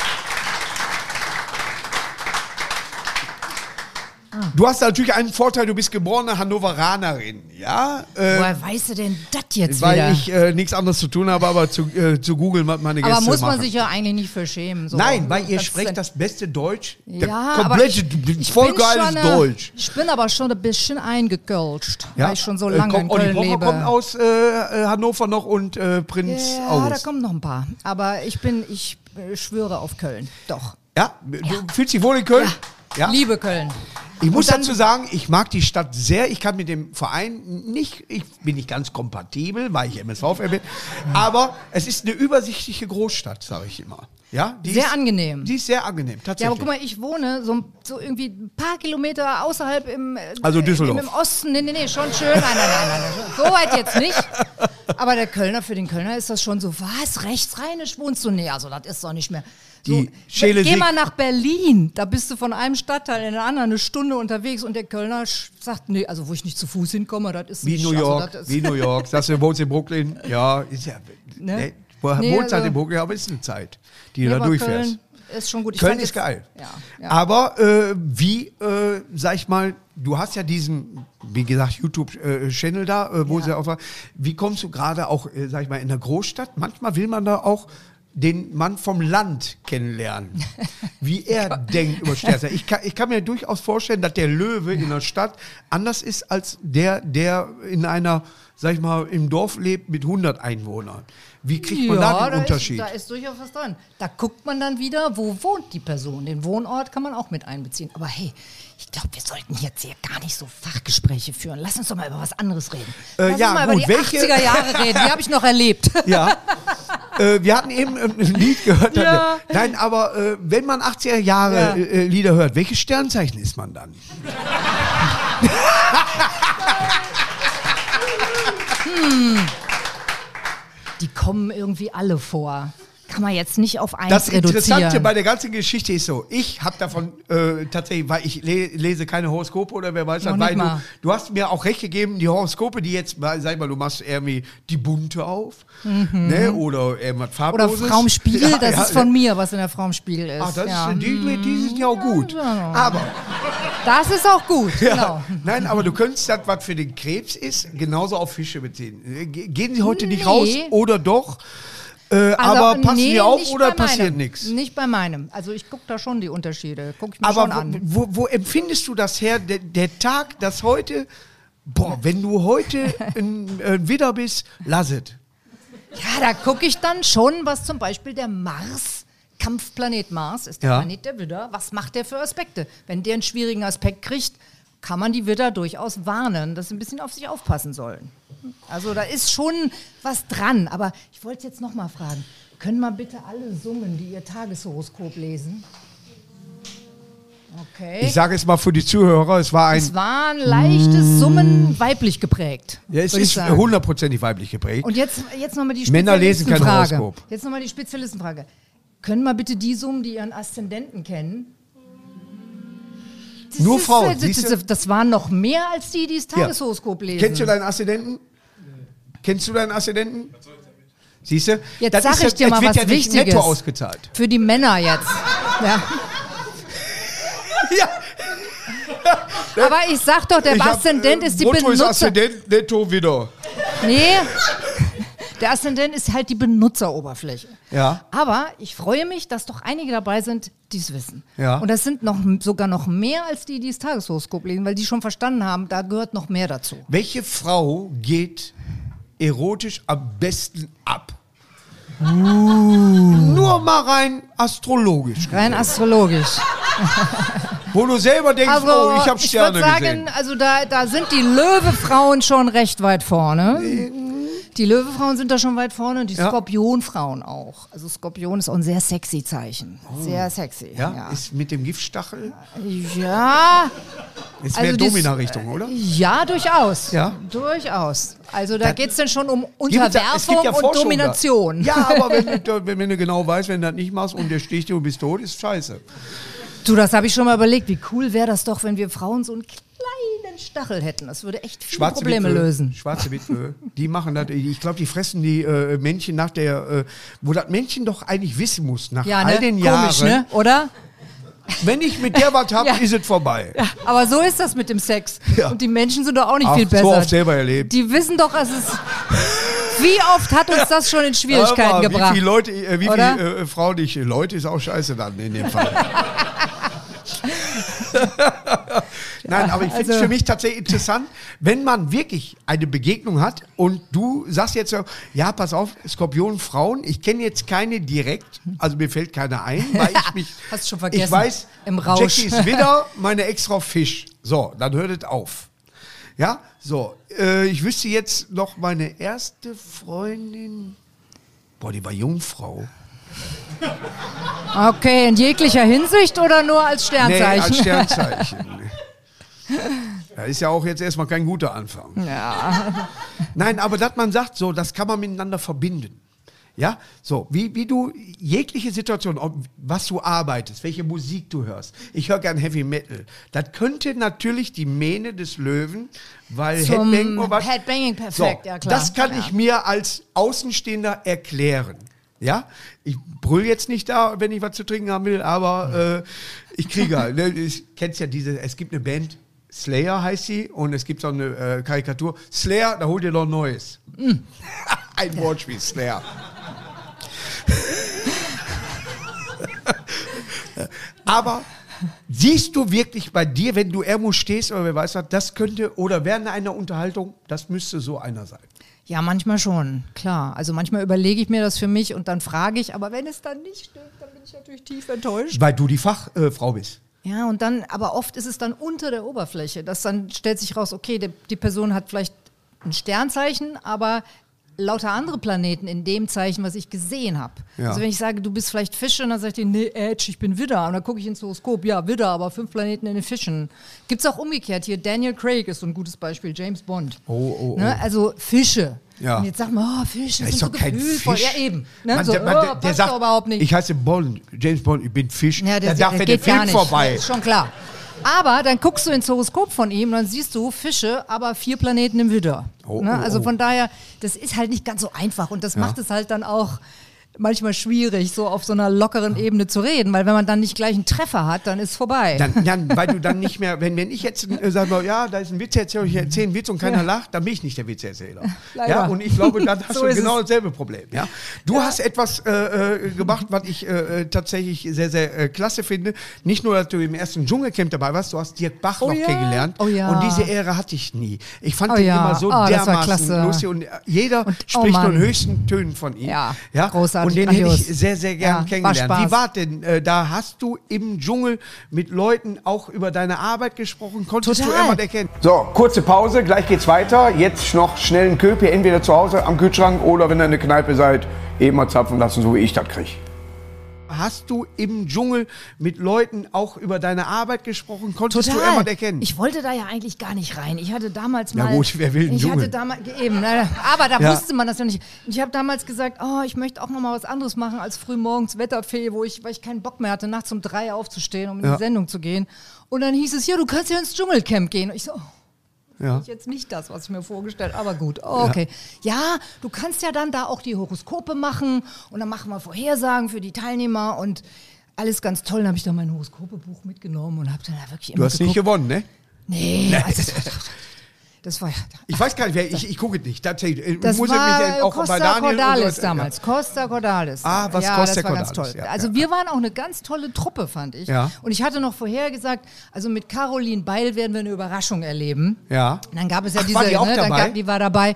Speaker 3: Ah.
Speaker 2: Du hast natürlich einen Vorteil, du bist geborene Hannoveranerin, ja? Äh,
Speaker 3: Woher weißt du denn das jetzt wieder?
Speaker 2: weil ich äh, nichts anderes zu tun habe, aber zu, äh, zu googeln, was meine Gäste
Speaker 3: aber muss man
Speaker 2: machen.
Speaker 3: sich ja eigentlich nicht für schämen. So.
Speaker 2: Nein, weil ihr
Speaker 3: Das
Speaker 2: sprecht
Speaker 3: ist
Speaker 2: das beste Deutsch.
Speaker 3: ein-
Speaker 2: der
Speaker 3: ja, aber
Speaker 2: komplette,
Speaker 3: ich, ich
Speaker 2: voll
Speaker 3: bin
Speaker 2: geiles
Speaker 3: schon, äh,
Speaker 2: Deutsch.
Speaker 3: Ich bin aber schon ein bisschen eingekölscht, weil ich schon so
Speaker 2: Äh,
Speaker 3: lange
Speaker 2: komm,
Speaker 3: in
Speaker 2: Olli
Speaker 3: Köln
Speaker 2: Pocher
Speaker 3: lebe.
Speaker 2: kommt aus äh, äh, Hannover noch und äh, Prinz
Speaker 3: ja, da
Speaker 2: August.
Speaker 3: kommen noch ein paar. Aber ich bin, ich äh, schwöre auf Köln. Doch.
Speaker 2: Ja, du fühlst dich wohl in Köln? Ja.
Speaker 3: Liebe Köln.
Speaker 2: Ich muss
Speaker 3: Und dann-
Speaker 2: dazu sagen, ich mag die Stadt sehr. Ich kann mit dem Verein nicht, ich bin nicht ganz kompatibel, weil ich MSV-Fan bin. Aber es ist eine übersichtliche Großstadt, sage ich immer. Ja, die
Speaker 3: Sehr
Speaker 2: ist,
Speaker 3: angenehm.
Speaker 2: Die ist sehr angenehm, tatsächlich.
Speaker 3: Ja, aber guck mal, ich wohne so, so irgendwie ein paar Kilometer außerhalb im, äh,
Speaker 2: Also Düsseldorf.
Speaker 3: im, im Osten. Nee, nee, nee, schon schön. Nein, nein, nein, nein, nein. So weit
Speaker 2: [LAUGHS]
Speaker 3: jetzt nicht. Aber der Kölner, für den Kölner ist das schon so, was, rechtsrheinisch wohnst du? Nee, also das ist doch nicht mehr. So,
Speaker 2: Die Schäle
Speaker 3: geh
Speaker 2: Sieg-
Speaker 3: mal nach Berlin, da bist du von einem Stadtteil in den anderen eine Stunde unterwegs und der Kölner sch- sagt, nee, also wo ich nicht zu Fuß hinkomme, das ist
Speaker 2: Wie
Speaker 3: nicht
Speaker 2: New
Speaker 3: also
Speaker 2: York,
Speaker 3: das ist- [LAUGHS]
Speaker 2: wie New York. Sagst du, wohnst in Brooklyn? Ja, ist ja.
Speaker 3: Ne?
Speaker 2: Ne? Wohnst
Speaker 3: Nee,
Speaker 2: halt
Speaker 3: also-
Speaker 2: in Brooklyn, aber ist eine Zeit, die
Speaker 3: Nee,
Speaker 2: du da
Speaker 3: aber
Speaker 2: durchfährst.
Speaker 3: Köln ist schon gut. Ich
Speaker 2: Köln
Speaker 3: fand
Speaker 2: ist
Speaker 3: jetzt-
Speaker 2: geil.
Speaker 3: Ja, ja.
Speaker 2: Aber äh, wie, äh, sag ich mal, du hast ja diesen, wie gesagt, YouTube-Channel da, äh, wo
Speaker 3: Ja.
Speaker 2: sie auch war. Wie kommst du gerade auch, äh, sag ich mal, in der Großstadt? Manchmal will man da auch den Mann vom Land
Speaker 3: [LAUGHS]
Speaker 2: kennenlernen, wie er denkt über Sternzeichen. Ich kann, ich kann mir durchaus vorstellen, dass der Löwe in der Stadt anders ist als der, der in einer, sag ich mal, im Dorf lebt mit 100 Einwohnern. Wie kriegt man da den
Speaker 3: ist-
Speaker 2: Unterschied?
Speaker 3: Da ist durchaus was dran. Da guckt man dann wieder, wo wohnt die Person. Den Wohnort kann man auch mit einbeziehen. Aber hey, ich glaube, wir sollten jetzt hier gar nicht so Fachgespräche führen. Lass uns doch mal über was anderes reden.
Speaker 2: Äh,
Speaker 3: Lass
Speaker 2: ja,
Speaker 3: uns mal
Speaker 2: gut,
Speaker 3: über die
Speaker 2: welche-
Speaker 3: 80er
Speaker 2: [LAUGHS]
Speaker 3: Jahre reden. Die habe ich noch erlebt.
Speaker 2: Ja. äh, wir hatten eben ähm, ein Lied gehört.
Speaker 3: Ja.
Speaker 2: Nein, aber äh, wenn man 80er Jahre
Speaker 3: Ja.
Speaker 2: äh, äh, Lieder hört, welches Sternzeichen ist man dann?
Speaker 3: Die kommen irgendwie alle vor. kann man jetzt nicht auf eins
Speaker 2: Das Interessante
Speaker 3: reduzieren.
Speaker 2: bei der ganzen Geschichte ist so, ich habe davon äh, tatsächlich, weil ich le lese keine Horoskope oder wer weiß
Speaker 3: Noch
Speaker 2: das,
Speaker 3: nicht
Speaker 2: weil du,
Speaker 3: mal.
Speaker 2: du hast mir auch recht gegeben, die Horoskope, die jetzt, mal- sag ich mal, du machst irgendwie die bunte auf ne, oder irgendwas
Speaker 3: Mhm. Oder
Speaker 2: farbloses.
Speaker 3: Frau im Spiegel,
Speaker 2: Ja,
Speaker 3: das
Speaker 2: ja,
Speaker 3: ist von mir, was in der Frau im Spiegel ist.
Speaker 2: Ach, das
Speaker 3: ja.
Speaker 2: ist, die, die sind ja auch gut.
Speaker 3: ja. genau.
Speaker 2: Aber,
Speaker 3: das ist auch gut, genau.
Speaker 2: [LAUGHS] nein, aber du könntest das, was für den Krebs ist, genauso auf Fische beziehen. Äh, ge- Gehen sie heute nicht
Speaker 3: Nee.
Speaker 2: raus oder doch? Äh,
Speaker 3: Also,
Speaker 2: aber passen
Speaker 3: nee,
Speaker 2: sie auf
Speaker 3: nicht
Speaker 2: oder
Speaker 3: bei meinem.
Speaker 2: passiert nichts?
Speaker 3: Nicht bei meinem. Also ich gucke da schon die Unterschiede. Guck ich mir schon
Speaker 2: Aber
Speaker 3: an.
Speaker 2: wo, wo, wo empfindest du das her? Der, der Tag, das heute, boah, wenn du
Speaker 3: [LAUGHS]
Speaker 2: heute ein, ein Widder bist, lass es.
Speaker 3: Ja, da gucke ich dann schon, was zum Beispiel der Mars, Kampfplanet Mars, ist der
Speaker 2: Ja.
Speaker 3: Planet der Widder, was macht der für Aspekte? Wenn der einen schwierigen Aspekt kriegt, kann man die Widder durchaus warnen, dass sie ein bisschen auf sich aufpassen sollen. Also da ist schon was dran. Aber ich wollte jetzt nochmal fragen, können mal bitte alle summen, die ihr Tageshoroskop lesen? Okay.
Speaker 2: Ich sage es mal für die Zuhörer, es war
Speaker 3: es
Speaker 2: ein,
Speaker 3: war ein leichtes Summen weiblich geprägt.
Speaker 2: ja, es
Speaker 3: würd ich
Speaker 2: ist
Speaker 3: sagen.
Speaker 2: hundertprozentig weiblich geprägt.
Speaker 3: Und jetzt, jetzt nochmal die
Speaker 2: Männer lesen kein
Speaker 3: Spezialistenfrage.
Speaker 2: Horoskop.
Speaker 3: Jetzt nochmal die Spezialistenfrage. Können mal bitte die Summen, die ihren Aszendenten kennen? Das
Speaker 2: Nur Frauen,
Speaker 3: Das,
Speaker 2: siehst du?
Speaker 3: das, das waren noch mehr als die, die das Tageshoroskop lesen.
Speaker 2: Kennst du deinen Assistenten? Kennst du deinen Assistenten? Siehst du?
Speaker 3: Jetzt
Speaker 2: Das
Speaker 3: sag
Speaker 2: ist
Speaker 3: ich
Speaker 2: ja-
Speaker 3: dir
Speaker 2: es
Speaker 3: mal
Speaker 2: wird
Speaker 3: was
Speaker 2: ja nicht
Speaker 3: Wichtiges.
Speaker 2: netto
Speaker 3: [LAUGHS]
Speaker 2: ausgezahlt.
Speaker 3: Für die Männer jetzt. Ja.
Speaker 2: Ja,
Speaker 3: Aber ich sag doch, der
Speaker 2: ich hab,
Speaker 3: Aszendent
Speaker 2: äh,
Speaker 3: ist die
Speaker 2: Brutto ist
Speaker 3: Benutzer.
Speaker 2: Aszendent, netto wieder.
Speaker 3: Nee. Der Aszendent ist halt die Benutzeroberfläche.
Speaker 2: Ja.
Speaker 3: Aber ich freue mich, dass doch einige dabei sind, die es wissen.
Speaker 2: Ja.
Speaker 3: Und das sind noch, sogar noch mehr als die, die das Tageshoroskop lesen, weil die schon verstanden haben, da gehört noch mehr dazu.
Speaker 2: Welche Frau geht erotisch am besten ab? Uh. Nur mal rein astrologisch.
Speaker 3: Rein astrologisch.
Speaker 2: Wo du selber denkst,
Speaker 3: Also,
Speaker 2: oh, ich habe
Speaker 3: ich
Speaker 2: Sterne
Speaker 3: würd sagen,
Speaker 2: gesehen.
Speaker 3: also da, da sind die Löwefrauen schon recht weit vorne. Die Löwefrauen sind da schon weit vorne und die
Speaker 2: Äh. Ja.
Speaker 3: Skorpionfrauen auch. Also Skorpion ist auch ein sehr sexy Zeichen. Sehr sexy.
Speaker 2: Oh. Ja, ist mit dem Giftstachel.
Speaker 3: ja.
Speaker 2: Ist
Speaker 3: Also
Speaker 2: mehr
Speaker 3: dies-
Speaker 2: Domina-Richtung, oder?
Speaker 3: Ja, durchaus.
Speaker 2: Ja?
Speaker 3: Durchaus. Also da
Speaker 2: Dann-
Speaker 3: geht es dann schon um
Speaker 2: Gibt es da- es gibt
Speaker 3: Unterwerfung und
Speaker 2: Forschung
Speaker 3: Domination.
Speaker 2: Da. Ja, aber wenn
Speaker 3: [LAUGHS]
Speaker 2: du, da- wenn, wenn du genau weißt, wenn du das nicht machst und der sticht dir und bist tot, ist scheiße.
Speaker 3: Du, das habe ich schon mal überlegt. Wie cool wäre das doch, wenn wir Frauen so einen kleinen Stachel hätten. Das würde echt viele
Speaker 2: Schwarze
Speaker 3: Probleme
Speaker 2: Witwe,
Speaker 3: lösen.
Speaker 2: Schwarze Witwe, die machen das. Ich glaube, die fressen die äh, Männchen nach der, äh, wo das Männchen doch eigentlich wissen muss, nach
Speaker 3: Ja, ne?
Speaker 2: all den
Speaker 3: Komisch,
Speaker 2: Jahren.
Speaker 3: ne? Oder?
Speaker 2: Wenn ich mit der was hab,
Speaker 3: [LAUGHS] Ja.
Speaker 2: ist es vorbei.
Speaker 3: Aber so ist das mit dem Sex.
Speaker 2: Ja.
Speaker 3: Und die Menschen sind doch auch nicht
Speaker 2: Ach,
Speaker 3: viel
Speaker 2: so
Speaker 3: besser.
Speaker 2: oft selber erlebt.
Speaker 3: Die wissen doch, es ist. Wie oft hat uns das schon in Schwierigkeiten
Speaker 2: Aber
Speaker 3: gebracht?
Speaker 2: Wie viele Leute, äh, wie
Speaker 3: Oder?
Speaker 2: viele äh, Frauen ich Leute ist auch scheiße dann in dem Fall. Nein, aber ich finde es
Speaker 3: also-
Speaker 2: für mich tatsächlich interessant, wenn man wirklich eine Begegnung hat und du sagst jetzt, so, ja, pass auf, Skorpion, Frauen, ich kenne jetzt keine direkt, also mir fällt keine ein, weil
Speaker 3: [LAUGHS]
Speaker 2: ich mich,
Speaker 3: Hast du schon vergessen.
Speaker 2: ich weiß,
Speaker 3: Im Rausch.
Speaker 2: Jackie ist wieder meine extra Fisch. So, dann hört es auf. Ja, so, äh, ich wüsste jetzt noch meine erste Freundin, boah, die war Jungfrau.
Speaker 3: Okay, in jeglicher Hinsicht oder nur als
Speaker 2: Nee,
Speaker 3: Sternzeichen?
Speaker 2: als
Speaker 3: [LAUGHS]
Speaker 2: Sternzeichen. Das ist ja auch jetzt erstmal kein guter Anfang. Nein, aber dass man sagt, so, das kann man miteinander verbinden. Ja, so, wie, wie du jegliche Situation, ob- was du arbeitest, welche Musik du hörst. Ich höre gern Heavy Metal. Das könnte natürlich die Mähne des Löwen, weil
Speaker 3: Zum
Speaker 2: Headbang oder was.
Speaker 3: Headbanging perfekt, ja klar.
Speaker 2: Das kann
Speaker 3: Ja.
Speaker 2: ich mir als Außenstehender erklären. Ja, ich brüll jetzt nicht da, wenn ich was zu trinken haben will, aber äh, ich kriege halt. Ne? Ich kenn's ja diese, es gibt eine Band, Slayer heißt sie, und es gibt so eine äh, Karikatur. Slayer, da holt ihr doch Neues.
Speaker 3: Hm.
Speaker 2: [LAUGHS] Ein Wortspiel, Slayer. [LAUGHS] aber siehst du wirklich bei dir, wenn du irgendwo stehst oder wer weiß was, das könnte, oder während einer Unterhaltung, das müsste so einer sein.
Speaker 3: Ja, manchmal schon, klar. Also manchmal überlege ich mir das für mich und dann frage ich, aber wenn es dann nicht stimmt, dann bin ich natürlich tief enttäuscht.
Speaker 2: Weil du die Fachfrau äh, Frau bist.
Speaker 3: Ja, und dann, aber oft ist es dann unter der Oberfläche, dass dann stellt sich raus, okay, die, die Person hat vielleicht ein Sternzeichen, aber lauter andere Planeten in dem Zeichen, was ich gesehen habe.
Speaker 2: Ja.
Speaker 3: Also wenn ich sage, du bist vielleicht Fische, dann sagt die, nee, Edge, ich bin Widder. Und dann gucke ich ins Horoskop, ja, Widder, aber fünf Planeten in den Fischen. Gibt es auch umgekehrt hier, Daniel Craig ist so ein gutes Beispiel, James Bond.
Speaker 2: Oh, oh, oh.
Speaker 3: Ne? Also Fische.
Speaker 2: Ja.
Speaker 3: Und jetzt sagt man, oh, Fische
Speaker 2: Das
Speaker 3: sind
Speaker 2: ist
Speaker 3: so
Speaker 2: doch kein
Speaker 3: gefühlvoll.
Speaker 2: Fisch.
Speaker 3: Ja, eben. Ne?
Speaker 2: Man-
Speaker 3: so,
Speaker 2: man-
Speaker 3: oh,
Speaker 2: der
Speaker 3: passt
Speaker 2: sagt,
Speaker 3: doch überhaupt nicht.
Speaker 2: ich heiße Bond, James Bond, ich bin Fisch.
Speaker 3: Ja,
Speaker 2: da
Speaker 3: das,
Speaker 2: darf
Speaker 3: das
Speaker 2: er den
Speaker 3: geht gar
Speaker 2: Film
Speaker 3: nicht.
Speaker 2: vorbei.
Speaker 3: Ist schon klar. Aber dann guckst du ins Horoskop von ihm, dann siehst du Fische, aber vier Planeten im Widder.
Speaker 2: Oh,
Speaker 3: ne?
Speaker 2: oh,
Speaker 3: Also
Speaker 2: oh.
Speaker 3: von daher, das ist halt nicht ganz so einfach und das macht es halt dann auch manchmal schwierig, so auf so einer lockeren Ebene zu reden, weil wenn man dann nicht gleich einen Treffer hat, dann ist vorbei.
Speaker 2: Dann, dann, weil du dann nicht mehr, wenn, wenn ich jetzt äh, sage, ja, da ist ein Witzeerzähler, ich erzähle einen Witz und keiner lacht, dann bin ich nicht der Witzeerzähler.
Speaker 3: Leider.
Speaker 2: Ja, und ich glaube, dann hast
Speaker 3: So
Speaker 2: du
Speaker 3: ist
Speaker 2: genau
Speaker 3: es.
Speaker 2: dasselbe Problem. Ja? Du hast etwas äh, äh, gemacht, was ich äh, äh, tatsächlich sehr, sehr äh, klasse finde. Nicht nur, dass du im ersten Dschungelcamp dabei warst, du hast Dirk Bach
Speaker 3: Oh
Speaker 2: noch
Speaker 3: ja.
Speaker 2: kennengelernt.
Speaker 3: Oh ja.
Speaker 2: Und diese Ehre hatte ich nie. Ich fand
Speaker 3: Oh
Speaker 2: ihn
Speaker 3: ja.
Speaker 2: immer so
Speaker 3: Oh, das war
Speaker 2: dermaßen
Speaker 3: klasse.
Speaker 2: lustig und äh, jeder
Speaker 3: Und- oh
Speaker 2: spricht nur in
Speaker 3: Mann.
Speaker 2: höchsten Tönen von ihm.
Speaker 3: Ja.
Speaker 2: Und
Speaker 3: Großartig,
Speaker 2: den hätte ich
Speaker 3: grandios.
Speaker 2: sehr, sehr gern
Speaker 3: Ja, war
Speaker 2: kennengelernt. Wie
Speaker 3: Spaß.
Speaker 2: war denn, äh, da hast du im Dschungel mit Leuten auch über deine Arbeit gesprochen, konntest du
Speaker 3: Total.
Speaker 2: jemand erkennen.
Speaker 1: So, kurze Pause, gleich geht's weiter. Jetzt noch schnell einen Köpi, entweder zu Hause am Kühlschrank oder wenn ihr in der Kneipe seid, eben mal zapfen lassen, so wie ich das kriege.
Speaker 2: Hast du im Dschungel mit Leuten auch über deine Arbeit gesprochen, konntest du
Speaker 3: Total.
Speaker 2: jemand erkennen.
Speaker 3: Ich wollte da ja eigentlich gar nicht rein. Ich hatte damals
Speaker 2: Ja
Speaker 3: mal.
Speaker 2: gut, wer will einen
Speaker 3: Ich
Speaker 2: Dschungel?
Speaker 3: hatte damals eben, ne, aber da
Speaker 2: Ja.
Speaker 3: wusste man das ja nicht. Und Ich habe damals gesagt, oh, ich möchte auch noch mal was anderes machen als frühmorgens Wetterfee, wo ich, weil ich keinen Bock mehr hatte, nachts um drei aufzustehen, um in
Speaker 2: Ja.
Speaker 3: die Sendung zu gehen. Und dann hieß es, ja, du kannst ja ins Dschungelcamp gehen. Und ich so, oh,
Speaker 2: ja.
Speaker 3: ist jetzt nicht das, was ich mir vorgestellt habe, aber gut, okay. Ja. du kannst ja dann da auch die Horoskope machen und dann machen wir Vorhersagen für die Teilnehmer und alles ganz toll. Dann habe ich dann mein Horoskopebuch mitgenommen und habe dann da wirklich immer
Speaker 2: Du hast nicht
Speaker 3: geguckt.
Speaker 2: gewonnen, ne?
Speaker 3: Nee, also, das war- das war ja.
Speaker 2: Ich weiß gar nicht, wer, ich, ich gucke nicht. Tatsächlich, äh,
Speaker 3: Das
Speaker 2: muss ich mich,
Speaker 3: war
Speaker 2: äh, auch bei
Speaker 3: Costa
Speaker 2: Daniel und so
Speaker 3: Cordalis
Speaker 2: weiter-
Speaker 3: damals. Costa Cordalis.
Speaker 2: Ah, was
Speaker 3: ja,
Speaker 2: Costa
Speaker 3: das war ganz
Speaker 2: Cordalis,
Speaker 3: toll.
Speaker 2: ja,
Speaker 3: also
Speaker 2: ja.
Speaker 3: wir waren auch eine ganz tolle Truppe, fand ich.
Speaker 2: Ja.
Speaker 3: Und ich hatte noch vorher gesagt, also mit Caroline Beil werden wir eine Überraschung erleben.
Speaker 2: Ja.
Speaker 3: Und dann gab es ja
Speaker 2: Ach,
Speaker 3: diese,
Speaker 2: war die auch
Speaker 3: ne, dann
Speaker 2: dabei? Oh.
Speaker 3: Gab, die war dabei.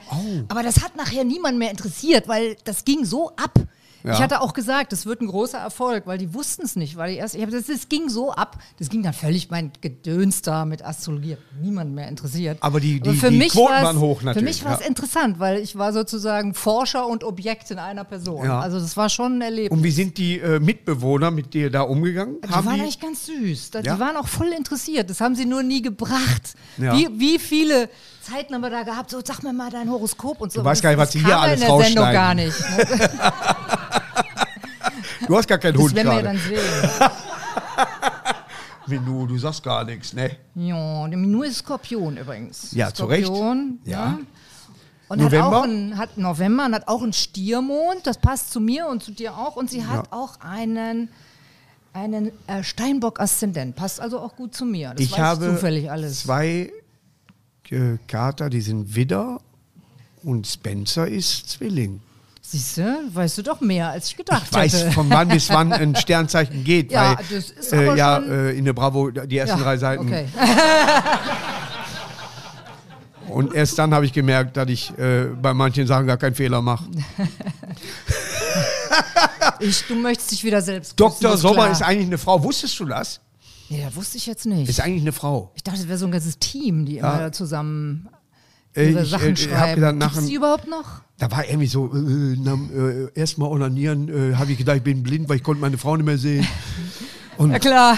Speaker 3: Aber das hat nachher niemand mehr interessiert, weil das ging so ab.
Speaker 2: Ja.
Speaker 3: Ich hatte auch gesagt, das wird ein großer Erfolg, weil die wussten es nicht, weil die erst, ich hab, das, das ging so ab, das ging dann völlig mein Gedöns da mit Astrologie, hat niemand mehr interessiert.
Speaker 2: Aber die- die-
Speaker 3: für
Speaker 2: die
Speaker 3: mich
Speaker 2: Quoten
Speaker 3: war's-
Speaker 2: waren hoch
Speaker 3: Für
Speaker 2: natürlich,
Speaker 3: mich war es
Speaker 2: ja.
Speaker 3: interessant, weil ich war sozusagen Forscher und Objekt in einer Person.
Speaker 2: Ja.
Speaker 3: Also das war schon ein Erlebnis.
Speaker 2: Und wie sind die äh, Mitbewohner mit dir da umgegangen?
Speaker 3: Ah, Die waren eigentlich ganz süß. Da-
Speaker 2: Ja?
Speaker 3: Die waren auch voll interessiert. Das haben sie nur nie gebracht.
Speaker 2: Ja.
Speaker 3: Wie, wie viele Zeiten haben wir da gehabt? So, sag mir mal dein Horoskop und so.
Speaker 2: Du weißt gar nicht, was
Speaker 3: Das
Speaker 2: die
Speaker 3: kam
Speaker 2: hier
Speaker 3: ja
Speaker 2: alles
Speaker 3: in der Sendung
Speaker 2: rausschneiden.
Speaker 3: gar nicht. Ne?
Speaker 2: du hast gar keinen
Speaker 3: Das
Speaker 2: Hund
Speaker 3: werden wir ja dann
Speaker 2: gerade.
Speaker 3: sehen.
Speaker 2: Minu, du sagst gar nichts, ne?
Speaker 3: Ja, der Minu ist Skorpion übrigens.
Speaker 2: Ja, zu Recht.
Speaker 3: Skorpion,
Speaker 2: Ja.
Speaker 3: ja. Und
Speaker 2: November?
Speaker 3: hat auch einen, hat November und hat auch einen Stiermond. Das passt zu mir und zu dir auch. Und sie hat auch einen, einen äh, Steinbock-Aszendent. Passt also auch gut zu mir. Das
Speaker 2: ich
Speaker 3: weiß
Speaker 2: habe
Speaker 3: zufällig alles.
Speaker 2: zwei äh, Kater, die sind Widder und Spencer ist Zwilling.
Speaker 3: Siehst du, weißt du doch mehr, als ich gedacht
Speaker 2: Ich weiß,
Speaker 3: hätte.
Speaker 2: von wann bis wann ein Sternzeichen geht.
Speaker 3: Ja,
Speaker 2: weil,
Speaker 3: das ist
Speaker 2: äh,
Speaker 3: aber
Speaker 2: ja
Speaker 3: schon-
Speaker 2: äh, in der Bravo die ersten drei Seiten.
Speaker 3: Okay.
Speaker 2: Und erst dann habe ich gemerkt, dass ich äh, bei manchen Sachen gar keinen Fehler mache.
Speaker 3: Ich, du möchtest dich wieder selbst küssen,
Speaker 2: Dr.
Speaker 3: ist
Speaker 2: Sommer
Speaker 3: klar.
Speaker 2: ist eigentlich eine Frau. Wusstest du das?
Speaker 3: Nee, das wusste ich jetzt nicht.
Speaker 2: Ist eigentlich eine Frau.
Speaker 3: Ich dachte, es wäre so ein ganzes Team, die immer
Speaker 2: Ja.
Speaker 3: zusammen
Speaker 2: Äh,
Speaker 3: ihre Sachen
Speaker 2: äh, hab
Speaker 3: schreiben.
Speaker 2: gedacht, nach
Speaker 3: Gibt's die
Speaker 2: dem,
Speaker 3: überhaupt noch?
Speaker 2: da war irgendwie so, äh, na, äh, erstmal onanieren, äh, habe ich gedacht, ich bin blind, weil ich konnte meine Frau nicht mehr sehen. [LAUGHS]
Speaker 3: Ja klar.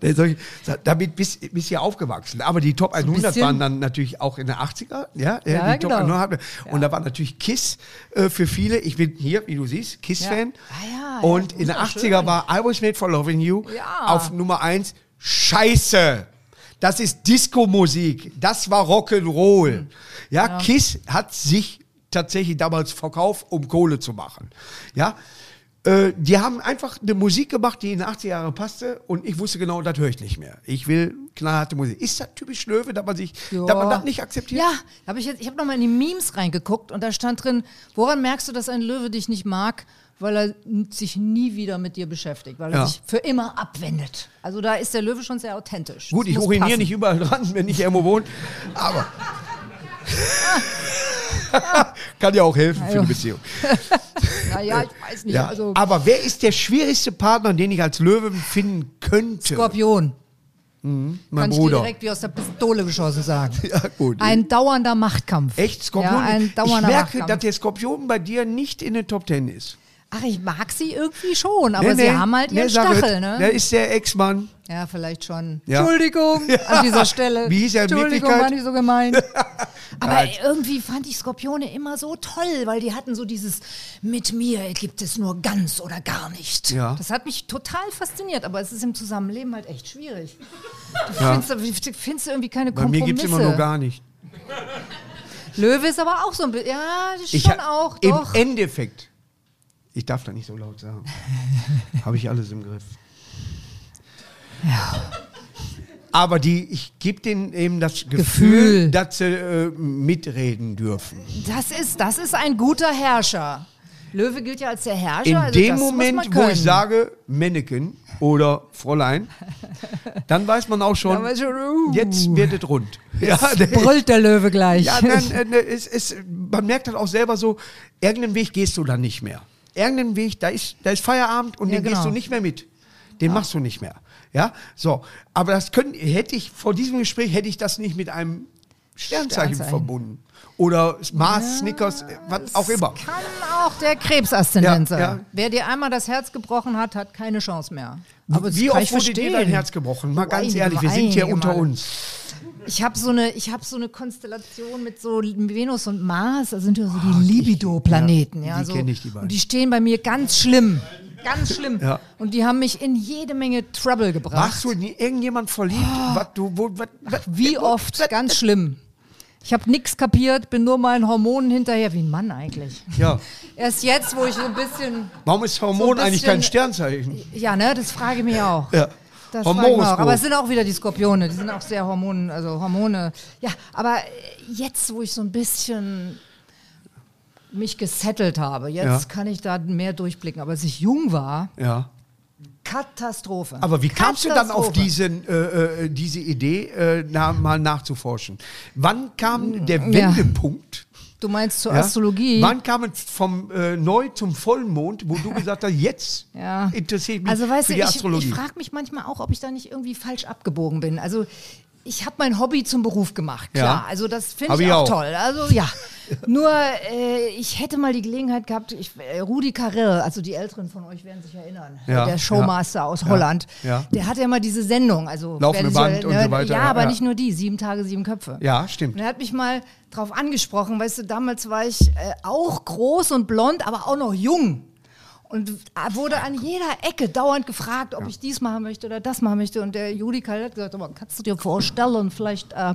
Speaker 2: Der solche- sa- Damit bist, bist du ja aufgewachsen. Aber die Top 100
Speaker 3: bisschen.
Speaker 2: waren dann natürlich auch in den 80er. Ja, ja,
Speaker 3: Ja,
Speaker 2: die Top
Speaker 3: genau.
Speaker 2: 100. Und da war natürlich Kiss äh, für viele. Ich bin hier, wie du siehst, Kiss-Fan.
Speaker 3: Ja. Ah ja, ja,
Speaker 2: Und in den 80er war I Was Made for Loving You
Speaker 3: Ja.
Speaker 2: auf Nummer 1. Scheiße! Das ist Disco-Musik. Das war Rock'n'Roll. Ja, Kiss hat sich tatsächlich damals verkauft, um Kohle zu machen. Ja, äh, die haben einfach eine Musik gemacht, die in den 80er Jahren passte und ich wusste genau, das höre ich nicht mehr. Ich will knallharte Musik. Ist das typisch Löwe, dass man sich, dass man das nicht akzeptiert?
Speaker 3: Ja, hab ich, jetzt- ich habe nochmal in die Memes reingeguckt und da stand drin, woran merkst du, dass ein Löwe dich nicht mag? Weil er n- sich nie wieder mit dir beschäftigt, weil er
Speaker 2: Ja.
Speaker 3: sich für immer abwendet. Also da ist der Löwe schon sehr authentisch.
Speaker 2: Gut,
Speaker 3: Das
Speaker 2: ich
Speaker 3: muss
Speaker 2: uriniere
Speaker 3: passen.
Speaker 2: nicht überall dran, wenn ich irgendwo wohne, aber
Speaker 3: Ah.
Speaker 2: [LAUGHS] kann ja auch helfen für eine
Speaker 3: Also.
Speaker 2: Beziehung.
Speaker 3: Naja, ich weiß nicht.
Speaker 2: Ja.
Speaker 3: Also,
Speaker 2: aber wer ist der schwierigste Partner, den ich als Löwe finden könnte?
Speaker 3: Skorpion.
Speaker 2: Mhm. mein
Speaker 3: Kann ich dir
Speaker 2: Bruder.
Speaker 3: direkt wie aus der Pistole geschossen sagen.
Speaker 2: [LAUGHS] ja, gut.
Speaker 3: Ein dauernder Machtkampf.
Speaker 2: Echt Skorpion?
Speaker 3: Ja, ein
Speaker 2: ich
Speaker 3: dauernder
Speaker 2: merke, dass
Speaker 3: Machtkampf.
Speaker 2: der Skorpion bei dir nicht in den Top Ten ist.
Speaker 3: Ach, ich mag sie irgendwie schon, aber sie haben halt ihren
Speaker 2: sag
Speaker 3: Stachel,
Speaker 2: es.
Speaker 3: ne?
Speaker 2: Der ist der Ex-Mann.
Speaker 3: Ja, vielleicht schon.
Speaker 2: [LAUGHS] Ja.
Speaker 3: Entschuldigung an dieser Stelle.
Speaker 2: Wie hieß er in
Speaker 3: Entschuldigung,
Speaker 2: Wirklichkeit?
Speaker 3: war nicht
Speaker 2: [LAUGHS]
Speaker 3: so gemeint. Aber
Speaker 2: Nein.
Speaker 3: irgendwie fand ich Skorpione immer so toll, weil die hatten so dieses mit mir gibt es nur ganz oder gar nicht.
Speaker 2: Ja.
Speaker 3: Das hat mich total fasziniert, aber es ist im Zusammenleben halt echt schwierig. Du
Speaker 2: Ja.
Speaker 3: findest, du findest irgendwie keine
Speaker 2: Bei mir
Speaker 3: Kompromisse.
Speaker 2: gibt es immer nur gar nicht.
Speaker 3: Löwe ist aber auch so ein bisschen, ja, schon
Speaker 2: Ich ha-
Speaker 3: auch,
Speaker 2: Im
Speaker 3: doch.
Speaker 2: Endeffekt, ich darf da nicht so laut
Speaker 3: [LAUGHS]
Speaker 2: sagen, habe ich alles im Griff. Aber die, ich gebe denen eben das Gefühl,
Speaker 3: Gefühl.
Speaker 2: dass sie äh, mitreden dürfen.
Speaker 3: Das ist, das ist ein guter Herrscher. Löwe gilt ja als der Herrscher.
Speaker 2: In
Speaker 3: also
Speaker 2: dem
Speaker 3: das muss man
Speaker 2: Moment, wo
Speaker 3: können.
Speaker 2: ich sage Männchen oder
Speaker 3: [LAUGHS]
Speaker 2: Fräulein, dann weiß man auch schon,
Speaker 3: Da weiß ich schon, uh.
Speaker 2: jetzt wird es rund. Ja,
Speaker 3: [LAUGHS] brüllt Ah, der Löwe gleich.
Speaker 2: ja dann, äh,
Speaker 3: [LAUGHS]
Speaker 2: ne, es, es, man merkt dann auch selber so, irgendeinen Weg gehst du dann nicht mehr. Irgendeinen Weg, da ist, da ist Feierabend und
Speaker 3: Ja,
Speaker 2: den gehst
Speaker 3: genau.
Speaker 2: du nicht mehr mit. Den machst du nicht mehr. Ja, so. Aber das können, hätte ich, vor diesem Gespräch hätte ich das nicht mit einem Sternzeichen,
Speaker 3: Sternzeichen.
Speaker 2: verbunden. Oder Mars, Snickers, äh, was auch immer.
Speaker 3: Kann auch der Krebsaszendent
Speaker 2: Ja,
Speaker 3: sein.
Speaker 2: ja.
Speaker 3: Wer dir einmal das Herz gebrochen hat, hat keine Chance mehr. Aber
Speaker 2: Wie
Speaker 3: das kann ich
Speaker 2: oft wurde dir
Speaker 3: verstehen.
Speaker 2: dein Herz gebrochen? Mal ganz
Speaker 3: Einige
Speaker 2: ehrlich, wir
Speaker 3: Mal,
Speaker 2: sind hier
Speaker 3: einige
Speaker 2: unter
Speaker 3: Male.
Speaker 2: uns.
Speaker 3: Ich habe so eine, ich habe so eine Konstellation mit so Venus und Mars. Das sind ja so die Libido-Planeten.
Speaker 2: die-
Speaker 3: Ja,
Speaker 2: Ah, die
Speaker 3: so.
Speaker 2: kenn ich, die beiden.
Speaker 3: Und die stehen bei mir ganz schlimm, ganz schlimm.
Speaker 2: Ja.
Speaker 3: Und die haben mich in jede Menge Trouble gebracht.
Speaker 2: Warst du nie irgendjemand verliebt? Was, du, wo, was, was,
Speaker 3: Ah. Wie oft? Ganz schlimm. Ich habe nichts kapiert, bin nur meinen Hormonen hinterher, wie ein Mann eigentlich.
Speaker 2: ja.
Speaker 3: Erst jetzt, wo ich so ein bisschen,
Speaker 2: Warum ist Hormon
Speaker 3: So ein
Speaker 2: eigentlich
Speaker 3: bisschen-
Speaker 2: kein Sternzeichen?
Speaker 3: ja, ne, das frage ich mich auch.
Speaker 2: Ja.
Speaker 3: Das frage ich mich auch.
Speaker 2: Hormoroskop.
Speaker 3: Aber es sind auch wieder die Skorpione, die sind auch sehr Hormonen, also Hormone. Ja, aber jetzt, wo ich so ein bisschen mich gesettelt habe, jetzt
Speaker 2: Ja.
Speaker 3: kann ich da mehr durchblicken. Aber als ich jung war,
Speaker 2: Ja.
Speaker 3: Katastrophe.
Speaker 2: Aber wie kamst du dann auf
Speaker 3: Katastrophe.
Speaker 2: diesen, äh, äh, diese Idee, äh, na, mal nachzuforschen? Wann kam der Wendepunkt?
Speaker 3: Du meinst zur
Speaker 2: Ja?
Speaker 3: Mm, Astrologie?
Speaker 2: Wann kam es vom äh, Neu zum Vollmond, wo du gesagt hast, jetzt
Speaker 3: [LAUGHS] Ja.
Speaker 2: interessiert mich
Speaker 3: Also weißt
Speaker 2: für
Speaker 3: du,
Speaker 2: die
Speaker 3: ich,
Speaker 2: Astrologie?
Speaker 3: ich frage mich manchmal auch, ob ich da nicht irgendwie falsch abgebogen bin. Also ich habe mein Hobby zum Beruf gemacht, klar.
Speaker 2: Ja.
Speaker 3: Also das
Speaker 2: Hab
Speaker 3: finde ich
Speaker 2: ich
Speaker 3: auch
Speaker 2: auch.
Speaker 3: toll. Also ja. Nur äh, ich hätte mal die Gelegenheit gehabt, ich, äh, Rudi Carrell, also die Älteren von euch werden sich erinnern,
Speaker 2: Ja,
Speaker 3: der Showmaster aus Holland,
Speaker 2: ja.
Speaker 3: der hatte ja mal diese Sendung. Also
Speaker 2: Laufende
Speaker 3: wer
Speaker 2: Band und so weiter,
Speaker 3: Ja,
Speaker 2: ja,
Speaker 3: aber
Speaker 2: ja.
Speaker 3: nicht nur die, sieben Tage, sieben Köpfe.
Speaker 2: ja, stimmt.
Speaker 3: Und er hat mich mal drauf angesprochen, weißt du, damals war ich äh, auch groß und blond, aber auch noch jung. Und äh, wurde an jeder Ecke dauernd gefragt, ob ich dies machen möchte oder das machen möchte. Und der Juli Kall hat gesagt, aber kannst du dir vorstellen, vielleicht äh,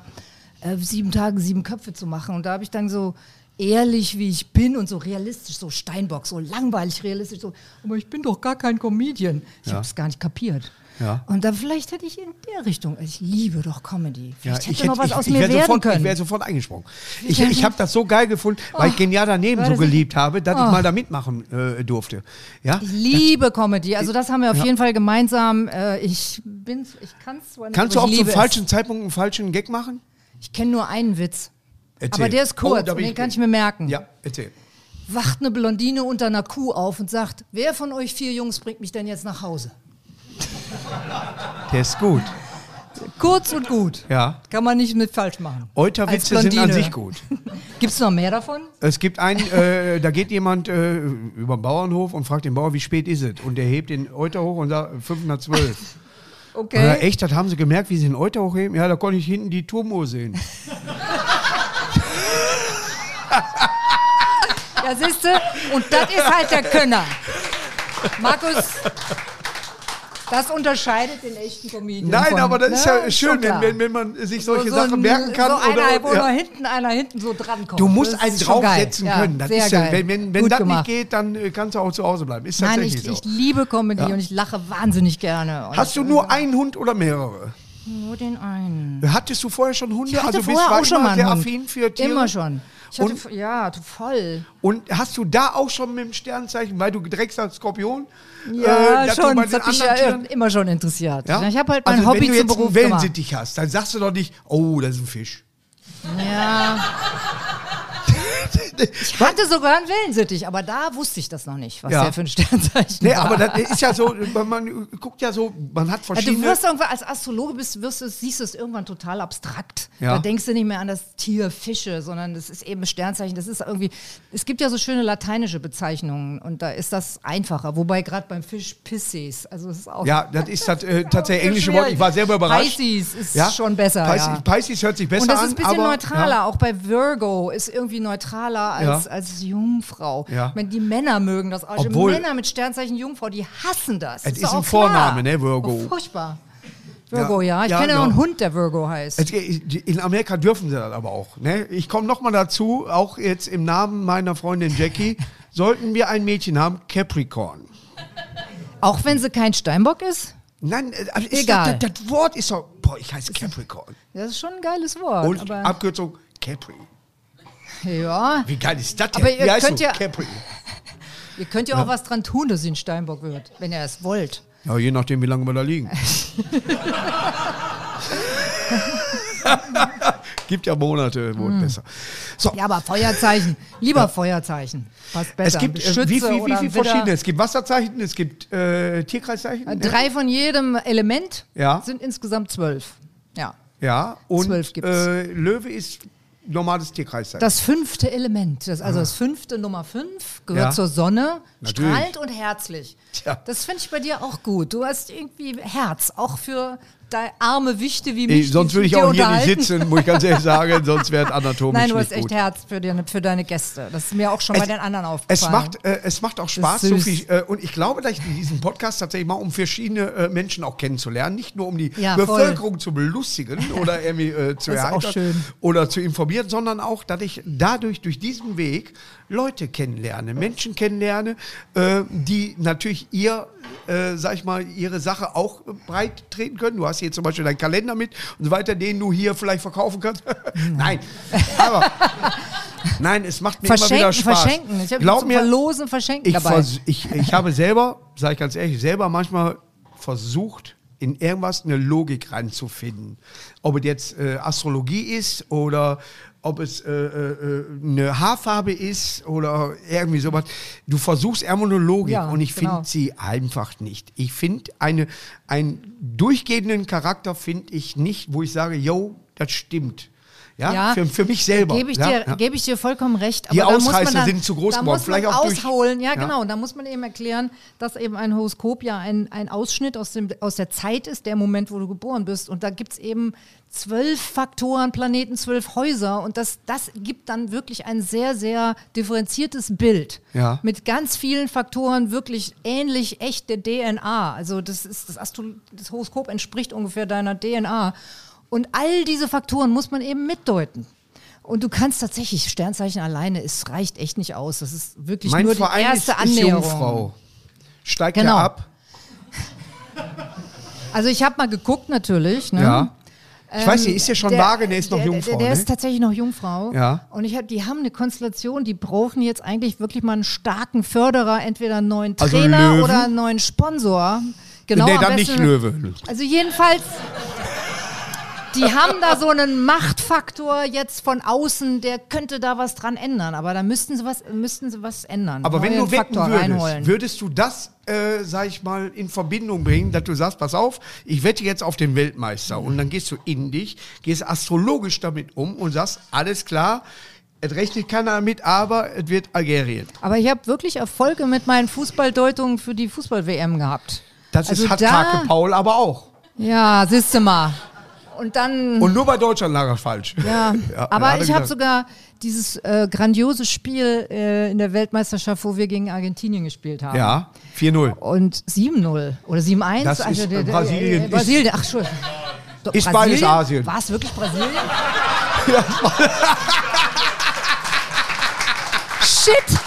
Speaker 3: äh, sieben Tage, sieben Köpfe zu machen? Und da habe ich dann so ehrlich, wie ich bin und so realistisch, so Steinbock, so langweilig realistisch, so, aber ich bin doch gar kein Comedian. Ich habe es gar nicht kapiert.
Speaker 2: Ja.
Speaker 3: Und dann vielleicht hätte ich in der Richtung, also ich liebe doch Comedy.
Speaker 2: Ja,
Speaker 3: Vielleicht hätte noch was aus
Speaker 2: wär
Speaker 3: mir werden
Speaker 2: sofort,
Speaker 3: können.
Speaker 2: Ich wäre sofort eingesprungen. Ich, ich habe das so geil gefunden, weil ich genial daneben
Speaker 3: war
Speaker 2: so
Speaker 3: das nicht-
Speaker 2: geliebt habe, dass
Speaker 3: Oh.
Speaker 2: ich mal da mitmachen äh, durfte. Ja?
Speaker 3: Ich liebe Comedy. Also das haben wir auf jeden Fall gemeinsam. Äh, ich bin's, ich kann es zwar nicht.
Speaker 2: Kannst du
Speaker 3: aber
Speaker 2: auch
Speaker 3: ich
Speaker 2: zum
Speaker 3: liebe
Speaker 2: falschen Zeitpunkt einen falschen Gag machen?
Speaker 3: Es. Ich kenne nur einen Witz.
Speaker 2: Erzähl.
Speaker 3: Aber der ist
Speaker 2: Oh,
Speaker 3: kurz
Speaker 2: da
Speaker 3: und
Speaker 2: bin
Speaker 3: den kann ich mir merken.
Speaker 2: Ja, erzähl.
Speaker 3: Wacht eine Blondine unter einer Kuh auf und sagt, wer von euch vier Jungs bringt mich denn jetzt nach Hause?
Speaker 2: Der ist gut.
Speaker 3: Kurz und gut.
Speaker 2: Ja.
Speaker 3: Kann man nicht mit falsch machen. Als
Speaker 2: Euterwitze sind an
Speaker 3: Blondine.
Speaker 2: sich gut.
Speaker 3: [LAUGHS] Gibt's noch mehr davon?
Speaker 2: Es gibt einen, äh, da geht jemand äh, über den Bauernhof und fragt den Bauer, wie spät ist es? Und der hebt den Euter hoch und sagt, 512. Und er,
Speaker 3: [LAUGHS] Okay.
Speaker 2: echt, das haben sie gemerkt, wie sie den Euter hochheben? Ja, da konnte ich hinten die Turmuhr
Speaker 3: [LAUGHS]
Speaker 2: sehen.
Speaker 3: Ja, siehst du? Und das ist halt der Könner. Markus, das unterscheidet den echten Comedian.
Speaker 2: Nein,
Speaker 3: von,
Speaker 2: aber das ist
Speaker 3: ne?
Speaker 2: ja schön, wenn,
Speaker 3: klar.
Speaker 2: wenn, wenn man sich
Speaker 3: So-
Speaker 2: solche
Speaker 3: so
Speaker 2: Sachen
Speaker 3: ein-
Speaker 2: merken kann.
Speaker 3: So einer,
Speaker 2: oder,
Speaker 3: wo
Speaker 2: ja.
Speaker 3: nur hinten einer hinten so dran kommt.
Speaker 2: Du musst
Speaker 3: Das
Speaker 2: einen
Speaker 3: ist schon geil.
Speaker 2: draufsetzen
Speaker 3: Ja,
Speaker 2: können. Das
Speaker 3: sehr
Speaker 2: ist ja,
Speaker 3: geil.
Speaker 2: wenn wenn, wenn
Speaker 3: Gut
Speaker 2: das nicht
Speaker 3: gemacht.
Speaker 2: geht, dann äh, kannst du auch zu Hause bleiben. Ist
Speaker 3: Nein,
Speaker 2: tatsächlich
Speaker 3: ich,
Speaker 2: so.
Speaker 3: ich liebe Comedy und ich lache wahnsinnig gerne. Und
Speaker 2: Hast du nur einen Hund oder mehrere?
Speaker 3: nur den einen?
Speaker 2: Hattest du vorher schon Hunde?
Speaker 3: Ich hatte
Speaker 2: also bist
Speaker 3: vorher
Speaker 2: war
Speaker 3: auch schon
Speaker 2: immer
Speaker 3: mal einen
Speaker 2: sehr
Speaker 3: Hund.
Speaker 2: affin für Tiere?
Speaker 3: Immer schon. Ich hatte,
Speaker 2: Und-
Speaker 3: v- ja, du- voll.
Speaker 2: Und hast du da auch schon mit dem Sternzeichen, weil du gedreckst als Skorpion?
Speaker 3: Ja,
Speaker 2: Äh, dass du
Speaker 3: schon.
Speaker 2: bei
Speaker 3: Das
Speaker 2: den
Speaker 3: hat mich ja
Speaker 2: anderen Tieren-
Speaker 3: immer schon interessiert.
Speaker 2: Ja?
Speaker 3: Ich habe halt mein
Speaker 2: also,
Speaker 3: Hobby
Speaker 2: wenn du
Speaker 3: zum
Speaker 2: jetzt
Speaker 3: Beruf
Speaker 2: einen
Speaker 3: gemacht.
Speaker 2: Wellensittich hast, [LAUGHS] dann sagst du doch nicht, oh, das ist ein Fisch.
Speaker 3: Ja. Ich hatte sogar einen Wellensittich, aber da wusste ich das noch nicht, was
Speaker 2: Ja.
Speaker 3: der für ein Sternzeichen
Speaker 2: Nee,
Speaker 3: war.
Speaker 2: aber das ist ja so, man, man guckt ja so, man hat
Speaker 3: Ja, du
Speaker 2: verschiedene.
Speaker 3: wirst irgendwann als Astrologe bist, wirst du, siehst du es irgendwann total abstrakt.
Speaker 2: Ja.
Speaker 3: Da denkst du nicht mehr an das Tier, Fische, sondern das ist eben Sternzeichen. Das ist irgendwie, es gibt ja so schöne lateinische Bezeichnungen und da ist das einfacher. Wobei gerade beim Fisch Pisces, also es ist auch
Speaker 2: ja, das ist das äh, tatsächlich
Speaker 3: Auch
Speaker 2: englische
Speaker 3: schwierig.
Speaker 2: Wort. Ich war selber überrascht.
Speaker 3: Pisces ist
Speaker 2: Ja?
Speaker 3: schon besser.
Speaker 2: Pisces,
Speaker 3: ja.
Speaker 2: Pisces hört sich besser
Speaker 3: Und das
Speaker 2: an.
Speaker 3: ist ein bisschen
Speaker 2: aber,
Speaker 3: neutraler.
Speaker 2: Ja.
Speaker 3: Auch bei Virgo ist irgendwie neutraler als,
Speaker 2: Ja.
Speaker 3: als Jungfrau.
Speaker 2: Ja.
Speaker 3: Ich meine, die Männer mögen das. Also
Speaker 2: Obwohl-
Speaker 3: Männer mit Sternzeichen Jungfrau, die hassen das.
Speaker 2: Es ist
Speaker 3: doch
Speaker 2: ein
Speaker 3: auch klar.
Speaker 2: Vorname, ne, Virgo.
Speaker 3: Oh, furchtbar. Virgo,
Speaker 2: Ja.
Speaker 3: ja. Ich
Speaker 2: Ja,
Speaker 3: kenne
Speaker 2: ja.
Speaker 3: auch einen Hund, der Virgo heißt.
Speaker 2: Es- In Amerika dürfen sie das aber auch. Ne? Ich komme nochmal dazu, auch jetzt im Namen meiner Freundin
Speaker 3: [LAUGHS]
Speaker 2: Jackie, sollten wir ein Mädchen haben, Capricorn.
Speaker 3: auch wenn sie kein Steinbock ist?
Speaker 2: Nein, äh, aber ist
Speaker 3: Egal.
Speaker 2: Das, das, das Wort ist doch, boah, ich heiße Capricorn.
Speaker 3: Das ist schon ein geiles Wort.
Speaker 2: Und
Speaker 3: aber,
Speaker 2: Abkürzung Capri.
Speaker 3: ja,
Speaker 2: Wie geil ist das denn?
Speaker 3: Aber ihr
Speaker 2: Wie heißt
Speaker 3: könnt
Speaker 2: du?
Speaker 3: ja-
Speaker 2: Capri.
Speaker 3: ihr könnt ja auch was dran tun, dass sie ein Steinbock wird, wenn ihr es wollt.
Speaker 2: Ja, je nachdem, wie lange wir da
Speaker 3: [LAUGHS]
Speaker 2: liegen. Gibt ja Monate,
Speaker 3: Hm.
Speaker 2: wo es besser. So,
Speaker 3: Ja, aber Feuerzeichen. Lieber Feuerzeichen. Passt besser.
Speaker 2: es gibt
Speaker 3: Ein
Speaker 2: äh,
Speaker 3: Schütze
Speaker 2: wie, wie,
Speaker 3: oder
Speaker 2: wie
Speaker 3: ein
Speaker 2: viele
Speaker 3: Widder.
Speaker 2: verschiedene? Es gibt Wasserzeichen, es gibt äh, Tierkreiszeichen.
Speaker 3: Äh,
Speaker 2: ne?
Speaker 3: Drei von jedem Element
Speaker 2: Ja.
Speaker 3: sind insgesamt zwölf. Ja.
Speaker 2: Ja, und
Speaker 3: Zwölf gibt's.
Speaker 2: Äh, Löwe ist normales Tierkreiszeichen.
Speaker 3: Das fünfte Element, das, also das fünfte Nummer fünf, gehört
Speaker 2: Ah. Ja.
Speaker 3: zur Sonne,
Speaker 2: Natürlich.
Speaker 3: strahlt und herzlich.
Speaker 2: Tja.
Speaker 3: Das finde ich bei dir auch gut. Du hast irgendwie Herz, auch für deine arme Wichte wie mich.
Speaker 2: ich, sonst
Speaker 3: die
Speaker 2: würde ich
Speaker 3: sich
Speaker 2: auch
Speaker 3: mit dir
Speaker 2: hier nicht
Speaker 3: unterhalten.
Speaker 2: sitzen, muss ich ganz ehrlich sagen, sonst wäre es anatomisch
Speaker 3: [LAUGHS] Nein, du
Speaker 2: nicht
Speaker 3: hast echt
Speaker 2: gut.
Speaker 3: Herz für, dir, für deine Gäste. Das ist mir auch schon bei den anderen aufgefallen.
Speaker 2: Es macht, äh, es macht auch Spaß,
Speaker 3: ist
Speaker 2: so
Speaker 3: süß.
Speaker 2: viel, äh, und ich glaube, dass ich diesen Podcast tatsächlich mal um verschiedene äh, Menschen auch kennenzulernen, nicht nur um die
Speaker 3: Ja, voll.
Speaker 2: Bevölkerung zu
Speaker 3: [LAUGHS]
Speaker 2: belustigen oder irgendwie äh, zu
Speaker 3: Ist auch
Speaker 2: erheitern
Speaker 3: schön.
Speaker 2: oder zu informieren, sondern auch, dass ich dadurch durch diesen Weg Leute kennenlerne, Menschen kennenlerne, äh, die natürlich ihr äh, sag ich mal, ihre Sache auch äh, breit treten können. Du hast hier zum Beispiel deinen Kalender mit und so weiter, den du hier vielleicht verkaufen kannst. [LAUGHS]
Speaker 3: Mhm.
Speaker 2: Nein, aber nein, es macht mir immer wieder
Speaker 3: verschenken,
Speaker 2: Spaß.
Speaker 3: verschenken. Ich habe
Speaker 2: Glaub
Speaker 3: zum
Speaker 2: mir,
Speaker 3: Verlosen verschenken
Speaker 2: ich,
Speaker 3: dabei.
Speaker 2: vers- ich, ich habe selber, sage ich ganz ehrlich, selber manchmal versucht, in irgendwas eine Logik reinzufinden. Ob es jetzt äh, Astrologie ist oder ob es äh, äh, äh, eine Haarfarbe ist oder irgendwie sowas. Du versuchst irgendwo eine Logik
Speaker 3: Ja,
Speaker 2: und ich
Speaker 3: genau.
Speaker 2: finde sie einfach nicht. Ich finde eine, einen durchgehenden Charakter finde ich nicht, wo ich sage, yo, das stimmt. Ja,
Speaker 3: Ja,
Speaker 2: für, für mich selber.
Speaker 3: Gebe ich,
Speaker 2: ja,
Speaker 3: dir,
Speaker 2: ja.
Speaker 3: gebe ich dir vollkommen recht.
Speaker 2: Die
Speaker 3: da muss man
Speaker 2: Ausreißer
Speaker 3: dann-
Speaker 2: sind zu groß
Speaker 3: da
Speaker 2: geworden,
Speaker 3: muss man
Speaker 2: vielleicht auch durch-
Speaker 3: ausholen.
Speaker 2: Ja.
Speaker 3: Ja, genau. Und da muss man eben erklären, dass eben ein Horoskop ja ein, ein Ausschnitt aus, dem, aus der Zeit ist, der Moment, wo du geboren bist. Und da gibt es eben zwölf Faktoren, Planeten, zwölf Häuser. Und das, das gibt dann wirklich ein sehr, sehr differenziertes Bild.
Speaker 2: Ja.
Speaker 3: Mit ganz vielen Faktoren wirklich ähnlich echt der DNA. Also das ist das, Astro das Horoskop entspricht ungefähr deiner DNA. Und all diese Faktoren muss man eben mitdeuten. Und du kannst tatsächlich, Sternzeichen alleine, es reicht echt nicht aus. Das ist wirklich
Speaker 2: Mein
Speaker 3: nur
Speaker 2: Verein
Speaker 3: die erste
Speaker 2: ist,
Speaker 3: Annäherung.
Speaker 2: ist Jungfrau. Steigt
Speaker 3: Genau.
Speaker 2: er ab?
Speaker 3: Also ich habe mal geguckt natürlich. Ne?
Speaker 2: Ja. Ich weiß nicht, ist ja schon
Speaker 3: der-
Speaker 2: vage, der ist noch
Speaker 3: der,
Speaker 2: Jungfrau.
Speaker 3: Der, der
Speaker 2: ne?
Speaker 3: ist tatsächlich noch Jungfrau.
Speaker 2: Ja.
Speaker 3: Und ich hab, die haben eine Konstellation, die brauchen jetzt eigentlich wirklich mal einen starken Förderer, entweder einen neuen
Speaker 2: Also
Speaker 3: Trainer
Speaker 2: Löwen?
Speaker 3: oder einen neuen Sponsor. Genau,
Speaker 2: nee,
Speaker 3: am
Speaker 2: dann
Speaker 3: besten-
Speaker 2: nicht Löwe.
Speaker 3: Also jedenfalls, die haben da so einen Machtfaktor jetzt von außen, der könnte da was dran ändern. Aber da müssten sie was, müssten sie was ändern.
Speaker 2: Aber wenn
Speaker 3: Neuen
Speaker 2: du wetten
Speaker 3: Faktor
Speaker 2: würdest,
Speaker 3: reinholen.
Speaker 2: würdest du das, äh, sag ich mal, in Verbindung bringen, dass du sagst, pass auf, ich wette jetzt auf den Weltmeister. Und dann gehst du in dich, gehst astrologisch damit um und sagst, alles klar, es rechnet keiner damit, aber es wird Algerien.
Speaker 3: Aber ich habe wirklich Erfolge mit meinen Fußballdeutungen für die Fußball-WM gehabt.
Speaker 2: Das
Speaker 3: Also
Speaker 2: ist, hat
Speaker 3: da-
Speaker 2: Kake Paul aber auch.
Speaker 3: Ja, siehst du mal. Und dann.
Speaker 2: Und nur bei Deutschland lag er falsch.
Speaker 3: ja.
Speaker 2: Ja, hat
Speaker 3: aber
Speaker 2: er
Speaker 3: ich habe
Speaker 2: gesagt.
Speaker 3: sogar dieses äh, grandiose Spiel äh, in der Weltmeisterschaft, wo wir gegen Argentinien gespielt haben.
Speaker 2: Ja, 4-0.
Speaker 3: Und 7-0 oder also 7-1.
Speaker 2: Das ist, äh, Brasilien ist-
Speaker 3: Brasilien,
Speaker 2: [LAUGHS]
Speaker 3: ach, Entschuldigung. Doch,
Speaker 2: ist
Speaker 3: Brasilien?
Speaker 2: beides Asien.
Speaker 3: War es
Speaker 2: [LAUGHS]
Speaker 3: wirklich Brasilien? Shit!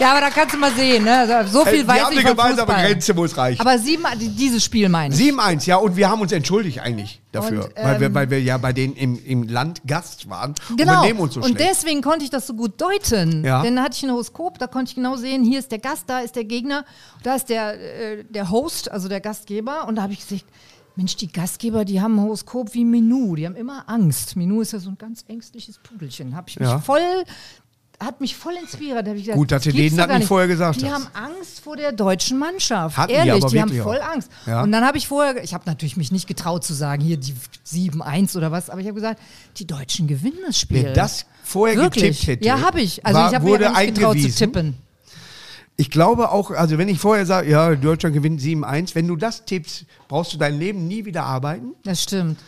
Speaker 3: Ja, aber da kannst du mal sehen, ne? Also, So viel
Speaker 2: Äh, wir
Speaker 3: weiß
Speaker 2: haben
Speaker 3: ich
Speaker 2: eine
Speaker 3: von
Speaker 2: gemeinsame
Speaker 3: Fußball.
Speaker 2: Grenze, wo es reicht.
Speaker 3: Aber sieben, die- dieses Spiel meine ich.
Speaker 2: 7-1, ja, und wir haben uns entschuldigt eigentlich dafür,
Speaker 3: Und,
Speaker 2: weil, wir,
Speaker 3: ähm,
Speaker 2: weil wir ja bei denen im, im Land Gast waren und
Speaker 3: Genau.
Speaker 2: wir nehmen uns so
Speaker 3: und
Speaker 2: schlecht.
Speaker 3: deswegen konnte ich das so gut deuten.
Speaker 2: Ja.
Speaker 3: Denn da hatte ich ein Horoskop, da konnte ich genau sehen, hier ist der Gast, da ist der Gegner, da ist der, äh, der Host, also der Gastgeber. Und da habe ich gesagt, Mensch, die Gastgeber, die haben ein Horoskop wie Minu, die haben immer Angst. Minu ist ja so ein ganz ängstliches Pudelchen. Habe ich mich
Speaker 2: Ja.
Speaker 3: voll hat mich voll inspiriert. Da hab ich gesagt,
Speaker 2: Gut, dass du
Speaker 3: das gibt's
Speaker 2: denen
Speaker 3: doch
Speaker 2: das
Speaker 3: gar
Speaker 2: nicht vorher gesagt
Speaker 3: Die
Speaker 2: hast.
Speaker 3: haben Angst vor der deutschen Mannschaft.
Speaker 2: Hatten die
Speaker 3: Ehrlich,
Speaker 2: aber
Speaker 3: die haben
Speaker 2: wirklich
Speaker 3: voll
Speaker 2: auch.
Speaker 3: Angst.
Speaker 2: Ja.
Speaker 3: Und dann habe ich vorher, ich habe natürlich mich nicht getraut zu sagen, hier die 7-1 oder was, aber ich habe gesagt, die Deutschen gewinnen das Spiel.
Speaker 2: Wer das vorher
Speaker 3: Wirklich?
Speaker 2: getippt hätte,
Speaker 3: ja, habe ich. Also
Speaker 2: war-
Speaker 3: ich habe mir
Speaker 2: wurde
Speaker 3: gar nicht getraut zu
Speaker 2: eingewiesen.
Speaker 3: tippen.
Speaker 2: Ich glaube auch, also wenn ich vorher sage, ja, Deutschland gewinnt 7-1, wenn du das tippst, brauchst du dein Leben nie wieder arbeiten.
Speaker 3: Das stimmt.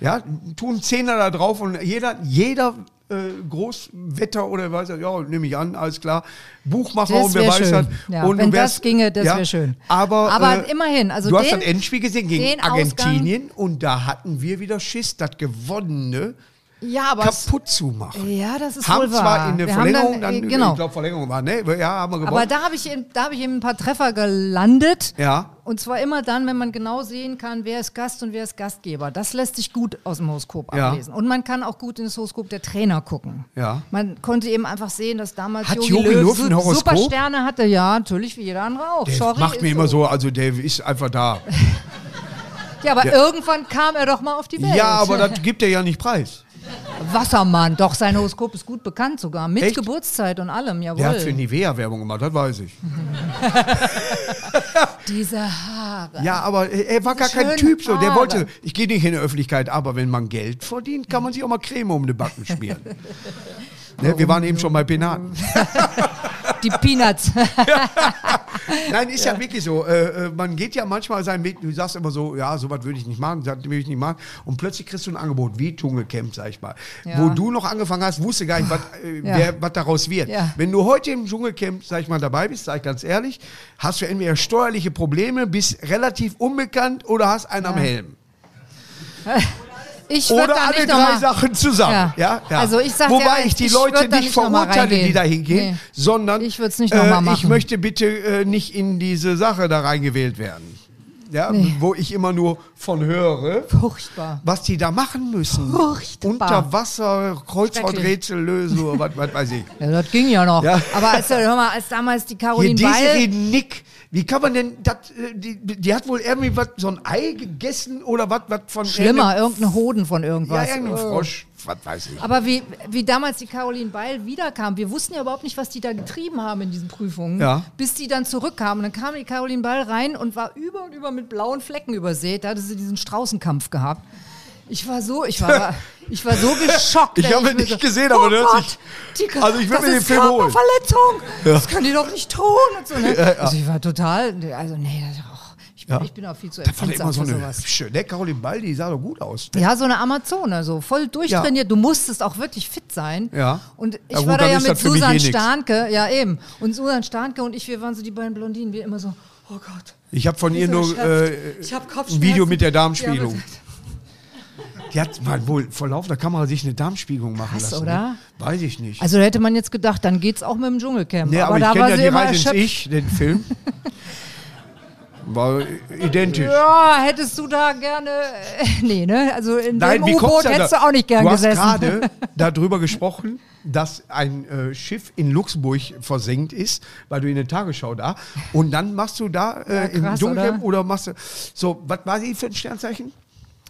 Speaker 2: Ja, tu einen Zehner da drauf und jeder, jeder äh, Großwetter oder was, ja, nehme ich an, alles klar. Buchmacher
Speaker 3: Das
Speaker 2: und wer
Speaker 3: wär
Speaker 2: weiß
Speaker 3: schön.
Speaker 2: das.
Speaker 3: Ja,
Speaker 2: und du
Speaker 3: wenn
Speaker 2: wärst-
Speaker 3: das ginge, das wär schön.
Speaker 2: Aber, äh,
Speaker 3: Aber immerhin, also
Speaker 2: du hast
Speaker 3: den-
Speaker 2: das Endspiel gesehen
Speaker 3: den
Speaker 2: gegen
Speaker 3: Ausgang-
Speaker 2: Argentinien und da hatten wir wieder Schiss, das Gewonnene
Speaker 3: Ja, aber es-
Speaker 2: kaputt zu machen.
Speaker 3: ja, das ist
Speaker 2: haben
Speaker 3: wohl wahr.
Speaker 2: zwar in der
Speaker 3: Wir haben
Speaker 2: Verlängerung,
Speaker 3: äh,
Speaker 2: dann,
Speaker 3: genau.
Speaker 2: ich glaube Verlängerung war, ne? Ja, haben wir gewonnen.
Speaker 3: aber da habe ich, eben- da habe ich eben ein paar Treffer gelandet.
Speaker 2: ja,
Speaker 3: Und zwar immer dann, wenn man genau sehen kann, wer ist Gast und wer ist Gastgeber. Das lässt sich gut aus dem Horoskop
Speaker 2: Ja.
Speaker 3: ablesen. Und man kann auch gut in das Horoskop der Trainer gucken.
Speaker 2: Ja.
Speaker 3: Man konnte eben einfach sehen, dass damals
Speaker 2: Hat Jogi Löw ein
Speaker 3: su-
Speaker 2: Horoskop?
Speaker 3: Supersterne hatte. Ja, natürlich, wie jeder andere auch.
Speaker 2: der
Speaker 3: Sorry,
Speaker 2: macht
Speaker 3: ist
Speaker 2: mir immer so, also der ist einfach
Speaker 3: [LAUGHS]
Speaker 2: da.
Speaker 3: Ja, aber irgendwann kam er doch mal auf die Welt.
Speaker 2: ja, aber das gibt er ja nicht preis.
Speaker 3: Wassermann, doch, sein Horoskop ist gut bekannt sogar. Mit
Speaker 2: Echt?
Speaker 3: Geburtszeit und allem, jawohl.
Speaker 2: Der hat für Nivea Werbung gemacht, das weiß ich.
Speaker 3: Diese Haare.
Speaker 2: Ja, aber er er war gar kein
Speaker 3: schönen
Speaker 2: Typ so. Der
Speaker 3: Haare.
Speaker 2: wollte, ich gehe nicht in die Öffentlichkeit, aber wenn man Geld verdient, kann man sich auch mal Creme um die Backen
Speaker 3: [LAUGHS]
Speaker 2: schmieren. ne, wir waren eben schon bei Penaten. [LAUGHS]
Speaker 3: Die Peanuts.
Speaker 2: Nein, ist ja, wirklich so. Äh, äh, man geht ja manchmal seinen Weg, du sagst immer so, ja, sowas würde ich nicht machen, das würde ich nicht machen. Und plötzlich kriegst du ein Angebot, wie Dschungelcamp, sag ich mal.
Speaker 3: Ja.
Speaker 2: Wo du noch angefangen hast, wusste gar nicht, was, äh,
Speaker 3: Ja.
Speaker 2: wer, was daraus wird.
Speaker 3: Ja.
Speaker 2: Wenn du heute im Dschungelcamp, sag ich mal, dabei bist, sag ich ganz ehrlich, hast du entweder steuerliche Probleme, bist relativ unbekannt oder hast einen am Helm.
Speaker 3: Ich würd
Speaker 2: Oder
Speaker 3: da
Speaker 2: alle
Speaker 3: nicht
Speaker 2: drei
Speaker 3: noch mal-
Speaker 2: Sachen zusammen.
Speaker 3: Ja.
Speaker 2: Ja. Ja,
Speaker 3: Also ich sag dir
Speaker 2: Wobei
Speaker 3: eins,
Speaker 2: ich die
Speaker 3: ich
Speaker 2: Leute
Speaker 3: würd da
Speaker 2: nicht,
Speaker 3: nicht noch mal
Speaker 2: verurteile, die
Speaker 3: reingehen.
Speaker 2: da hingehen,
Speaker 3: Nee.
Speaker 2: sondern
Speaker 3: Ich würd's nicht noch mal
Speaker 2: ich
Speaker 3: machen.
Speaker 2: möchte bitte äh, nicht in diese Sache da reingewählt werden. Ja, wo ich immer nur von höre,
Speaker 3: Furchtbar.
Speaker 2: was die da machen müssen.
Speaker 3: Furchtbar.
Speaker 2: Unter Wasser, Kreuzworträtsel lösen oder was, was
Speaker 3: [LAUGHS]
Speaker 2: weiß ich.
Speaker 3: Ja, das ging ja noch.
Speaker 2: Ja.
Speaker 3: Aber als, hör mal, als damals die
Speaker 2: Hier,
Speaker 3: Caroline
Speaker 2: Desiree
Speaker 3: Weil...
Speaker 2: Nick, wie kann man denn, dat, äh, die, die hat wohl irgendwie was, so ein Ei gegessen oder was, was von...
Speaker 3: Schlimmer, irgendein Hoden von
Speaker 2: Ja,
Speaker 3: irgendwas.
Speaker 2: irgendein
Speaker 3: Äh.
Speaker 2: Frosch, was weiß ich.
Speaker 3: Aber wie, wie damals die Caroline Beil wiederkam, wir wussten ja überhaupt nicht, was die da getrieben haben in diesen Prüfungen,
Speaker 2: Ja.
Speaker 3: bis die dann zurückkamen. Und dann kam die Caroline Beil rein und war über und über mit blauen Flecken übersät. Da hatte sie diesen Straußenkampf gehabt. Ich war so, ich
Speaker 2: [LAUGHS]
Speaker 3: war, ich war so geschockt.
Speaker 2: Ich
Speaker 3: ey.
Speaker 2: habe ihn
Speaker 3: mir
Speaker 2: nicht gesehen, aber
Speaker 3: oh
Speaker 2: der hat
Speaker 3: Gott,
Speaker 2: sich-
Speaker 3: die,
Speaker 2: also ich will
Speaker 3: das
Speaker 2: mir den
Speaker 3: ist
Speaker 2: Film holen.
Speaker 3: Körperverletzung. Das können die doch nicht tun. Und so, ne? Also ich war total, also nee, das, ach, ich, bin,
Speaker 2: Ja.
Speaker 3: ich bin auch viel zu
Speaker 2: Da fand ich
Speaker 3: empfindsam
Speaker 2: immer so
Speaker 3: für
Speaker 2: eine
Speaker 3: sowas.
Speaker 2: hübsche. Der Caroline Ball, die sah doch gut aus.
Speaker 3: Ja, so eine Amazone, so voll durchtrainiert. Du musstest auch wirklich fit sein.
Speaker 2: Ja.
Speaker 3: Und ich
Speaker 2: Ja, gut,
Speaker 3: war da
Speaker 2: dann
Speaker 3: ja
Speaker 2: ist
Speaker 3: mit
Speaker 2: das für mich eh
Speaker 3: Susan
Speaker 2: nix.
Speaker 3: Starnke, ja eben. Und Susan Starnke und ich, wir waren so die beiden Blondinen, wir immer so, oh Gott.
Speaker 2: Ich habe von
Speaker 3: die
Speaker 2: ihr
Speaker 3: so
Speaker 2: nur
Speaker 3: erschöpft.
Speaker 2: äh,
Speaker 3: ich hab
Speaker 2: ein
Speaker 3: Kopfschmerzen.
Speaker 2: Video mit der Darmspiegelung.
Speaker 3: Ja,
Speaker 2: Die hat mal wohl vor laufender Kamera sich eine Darmspiegelung machen
Speaker 3: Krass,
Speaker 2: lassen.
Speaker 3: oder?
Speaker 2: Ne? Weiß ich nicht.
Speaker 3: also da hätte man jetzt gedacht, dann geht's auch mit dem Dschungelcamp.
Speaker 2: nee, aber,
Speaker 3: aber da
Speaker 2: ich
Speaker 3: war
Speaker 2: kenne ja
Speaker 3: sie
Speaker 2: die
Speaker 3: immer
Speaker 2: Reise ins
Speaker 3: erschöpft.
Speaker 2: Ich, den
Speaker 3: [LAUGHS]
Speaker 2: Film. War identisch.
Speaker 3: Ja, hättest du da gerne, äh, [LAUGHS] nee, ne? Also in
Speaker 2: Nein, wie
Speaker 3: dem
Speaker 2: kommt's
Speaker 3: U-Boot
Speaker 2: denn da-
Speaker 3: hättest du auch nicht gern
Speaker 2: du
Speaker 3: gesessen.
Speaker 2: hast
Speaker 3: [LAUGHS]
Speaker 2: gerade darüber gesprochen, dass ein äh, Schiff in Luxemburg versenkt ist, weil du in der Tagesschau da und dann machst du da äh,
Speaker 3: Ja,
Speaker 2: im
Speaker 3: krass,
Speaker 2: Dunkeln
Speaker 3: oder?
Speaker 2: oder? machst du so, was war sie für ein Sternzeichen?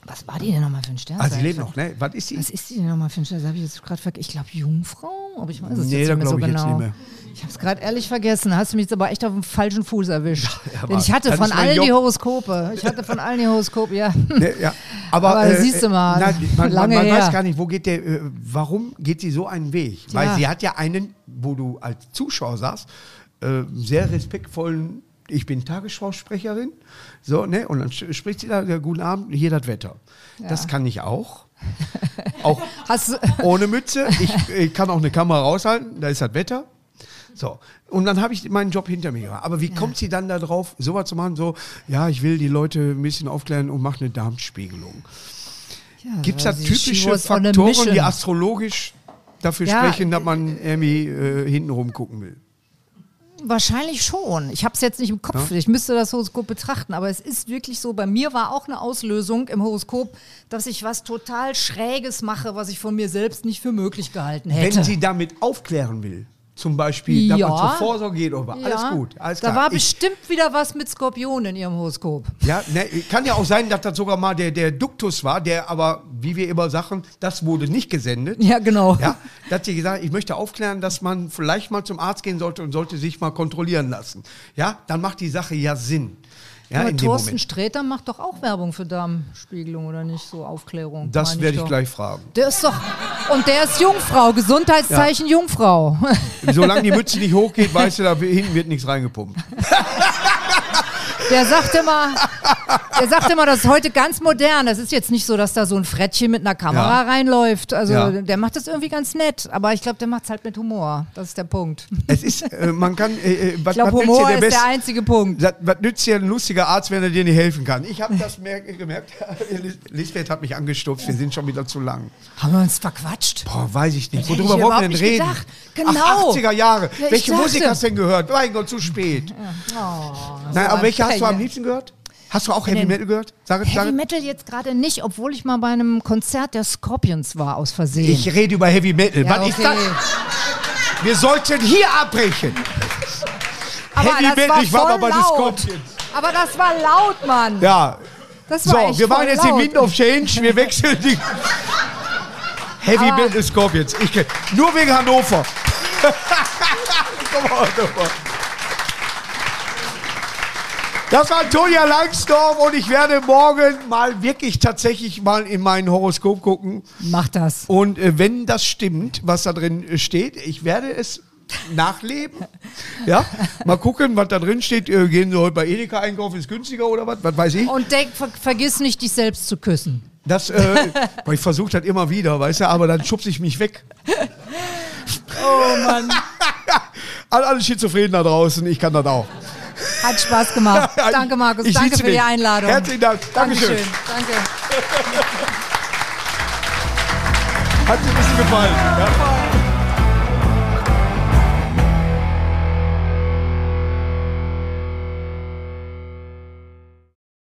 Speaker 3: Was war die denn nochmal für ein Stern?
Speaker 2: Ah, sie lebt noch, ne? Was ist sie?
Speaker 3: Was ist die denn nochmal für ein Stern? Das habe ich jetzt gerade vergessen. Ich glaube Jungfrau, aber ich weiß es
Speaker 2: Nee,
Speaker 3: jetzt
Speaker 2: da
Speaker 3: nicht mehr so
Speaker 2: glaub ich jetzt
Speaker 3: genau.
Speaker 2: nicht mehr.
Speaker 3: Ich habe es gerade ehrlich vergessen. Hast du mich jetzt aber echt auf dem falschen
Speaker 2: [LAUGHS]
Speaker 3: Fuß erwischt.
Speaker 2: aber
Speaker 3: Denn ich hatte
Speaker 2: das
Speaker 3: von
Speaker 2: ist mein
Speaker 3: allen die
Speaker 2: Job.
Speaker 3: Horoskope. Ich hatte von allen die
Speaker 2: [LAUGHS]
Speaker 3: Horoskope, ja.
Speaker 2: Ne, ja. Aber, äh,
Speaker 3: Aber siehst du mal,
Speaker 2: nein, man,
Speaker 3: lange
Speaker 2: man, man
Speaker 3: her.
Speaker 2: weiß gar nicht, wo geht der, äh, warum geht sie so einen Weg? Weil sie hat ja einen, wo du als Zuschauer sagst, äh, sehr respektvollen, ich bin Tagesschausprecherin, so, ne, und dann sch- spricht sie da, ja, guten Abend, hier das Wetter. Das kann ich auch. Auch
Speaker 3: Hast du,
Speaker 2: ohne Mütze. Ich, ich kann auch eine Kamera raushalten, da ist das Wetter. So, und dann habe ich meinen Job hinter mir. gehabt. Aber wie kommt sie dann da drauf, sowas zu machen, so, ja, ich will die Leute ein bisschen aufklären und mache eine Darmspiegelung.
Speaker 3: ja,
Speaker 2: Gibt es
Speaker 3: weil
Speaker 2: da
Speaker 3: sie- she
Speaker 2: typische
Speaker 3: was on a
Speaker 2: Faktoren, die
Speaker 3: mission.
Speaker 2: astrologisch dafür
Speaker 3: Ja,
Speaker 2: sprechen, dass man irgendwie äh, hintenrum gucken will?
Speaker 3: Wahrscheinlich schon. Ich habe es jetzt nicht im Kopf. Ich müsste das Horoskop betrachten, aber es ist wirklich so. Bei mir war auch eine Auslösung im Horoskop, dass ich was total Schräges mache, was ich von mir selbst nicht für möglich gehalten hätte.
Speaker 2: Wenn sie damit aufklären will, zum Beispiel, dass
Speaker 3: Ja.
Speaker 2: man zur Vorsorge geht oder was.
Speaker 3: Ja.
Speaker 2: alles gut, alles
Speaker 3: da
Speaker 2: klar.
Speaker 3: war
Speaker 2: Ich-
Speaker 3: bestimmt wieder was mit Skorpion in ihrem Horoskop. [LAUGHS]
Speaker 2: Ja, ne, kann ja auch sein, dass das sogar mal der, der Duktus war, der aber, wie wir immer sagen, das wurde nicht gesendet.
Speaker 3: Ja, genau.
Speaker 2: Ja, da hat sie gesagt, ich möchte aufklären, dass man vielleicht mal zum Arzt gehen sollte und sollte sich mal kontrollieren lassen. Ja, dann macht die Sache ja Sinn. Ja,
Speaker 3: Aber
Speaker 2: in dem
Speaker 3: Thorsten
Speaker 2: Moment.
Speaker 3: Sträter macht doch auch Werbung für Darmspiegelung oder nicht? So Aufklärung.
Speaker 2: Das
Speaker 3: meine
Speaker 2: werde ich
Speaker 3: doch.
Speaker 2: gleich fragen.
Speaker 3: Der ist doch. Und der ist Jungfrau, Gesundheitszeichen Jungfrau. [LAUGHS]
Speaker 2: Solange die Mütze nicht hochgeht, weißt du, da hinten wird nichts reingepumpt.
Speaker 3: Der sagt immer, der sagt immer, das ist heute ganz modern. Das ist jetzt nicht so, dass da so ein Frettchen mit einer Kamera
Speaker 2: Ja.
Speaker 3: reinläuft. Also
Speaker 2: Ja.
Speaker 3: der macht das irgendwie ganz nett. Aber ich glaube, der macht es halt mit Humor. Das ist der Punkt.
Speaker 2: Es ist, äh, man kann, äh, äh, was,
Speaker 3: Ich glaube,
Speaker 2: was nützt dir
Speaker 3: Humor
Speaker 2: der
Speaker 3: ist der
Speaker 2: beste?
Speaker 3: einzige Punkt.
Speaker 2: Das- Was nützt dir ein lustiger Arzt, wenn er dir nicht helfen kann? Ich habe das mer- gemerkt. [LAUGHS] Lis- Lisbeth hat mich angestupst, wir sind schon wieder zu lang.
Speaker 3: Haben wir uns verquatscht?
Speaker 2: Boah, weiß ich nicht.
Speaker 3: hätte ich
Speaker 2: Worüber wollen wir
Speaker 3: überhaupt
Speaker 2: denn
Speaker 3: nicht
Speaker 2: reden?
Speaker 3: gedacht. Genau.
Speaker 2: Ach, 80er Jahre.
Speaker 3: Ja, ich
Speaker 2: welche
Speaker 3: dachte-
Speaker 2: Musik hast du denn gehört? Mein Gott, zu spät.
Speaker 3: Oh,
Speaker 2: Nein, aber welche hast du am liebsten gehört? Hast du auch Heavy
Speaker 3: denn?
Speaker 2: Metal gehört? Sag, sag,
Speaker 3: Heavy Metal jetzt gerade nicht, obwohl ich mal bei einem Konzert der Scorpions war, aus Versehen.
Speaker 2: ich rede über Heavy Metal.
Speaker 3: Ja,
Speaker 2: Was ist
Speaker 3: okay.
Speaker 2: das? Wir sollten hier abbrechen.
Speaker 3: Aber
Speaker 2: Heavy
Speaker 3: das
Speaker 2: Metal,
Speaker 3: war
Speaker 2: ich war
Speaker 3: voll
Speaker 2: mal bei den
Speaker 3: laut.
Speaker 2: Scorpions.
Speaker 3: Aber das war laut, Mann.
Speaker 2: Ja.
Speaker 3: Das
Speaker 2: So,
Speaker 3: war echt
Speaker 2: wir
Speaker 3: voll
Speaker 2: machen jetzt
Speaker 3: laut.
Speaker 2: den Wind auf Change.
Speaker 3: [LAUGHS]
Speaker 2: Wir wechseln die Heavy
Speaker 3: Aber-
Speaker 2: Metal Scorpions. Ich kenn, nur wegen Hannover. [LAUGHS] Komm mal, Hannover. Das war Antonia Langsdorf und ich werde morgen mal wirklich tatsächlich mal in mein Horoskop gucken.
Speaker 3: Mach das.
Speaker 2: Und äh, wenn das stimmt, was da drin äh, steht, ich werde es nachleben.
Speaker 3: [LAUGHS]
Speaker 2: Ja, mal gucken, was da drin steht. Äh, gehen Sie heute bei Edeka einkaufen, ist günstiger oder was? Was weiß ich?
Speaker 3: Und denk, ver vergiss nicht, dich selbst
Speaker 2: [LAUGHS]
Speaker 3: zu küssen.
Speaker 2: Das,
Speaker 3: [LAUGHS]
Speaker 2: äh, boah, ich versuche das immer wieder, weißt du, aber dann schubse ich mich weg.
Speaker 3: Oh Mann.
Speaker 2: An alle Schizophrenen da draußen, ich kann das auch.
Speaker 3: Hat Spaß
Speaker 2: [LAUGHS]
Speaker 3: gemacht. Danke, Markus.
Speaker 2: Ich
Speaker 3: Danke
Speaker 2: lieb's
Speaker 3: für die
Speaker 2: dich.
Speaker 3: Einladung.
Speaker 2: Herzlichen Dank. Dankeschön.
Speaker 3: Dankeschön. Danke.
Speaker 2: Hat dir ein bisschen gefallen. Ja.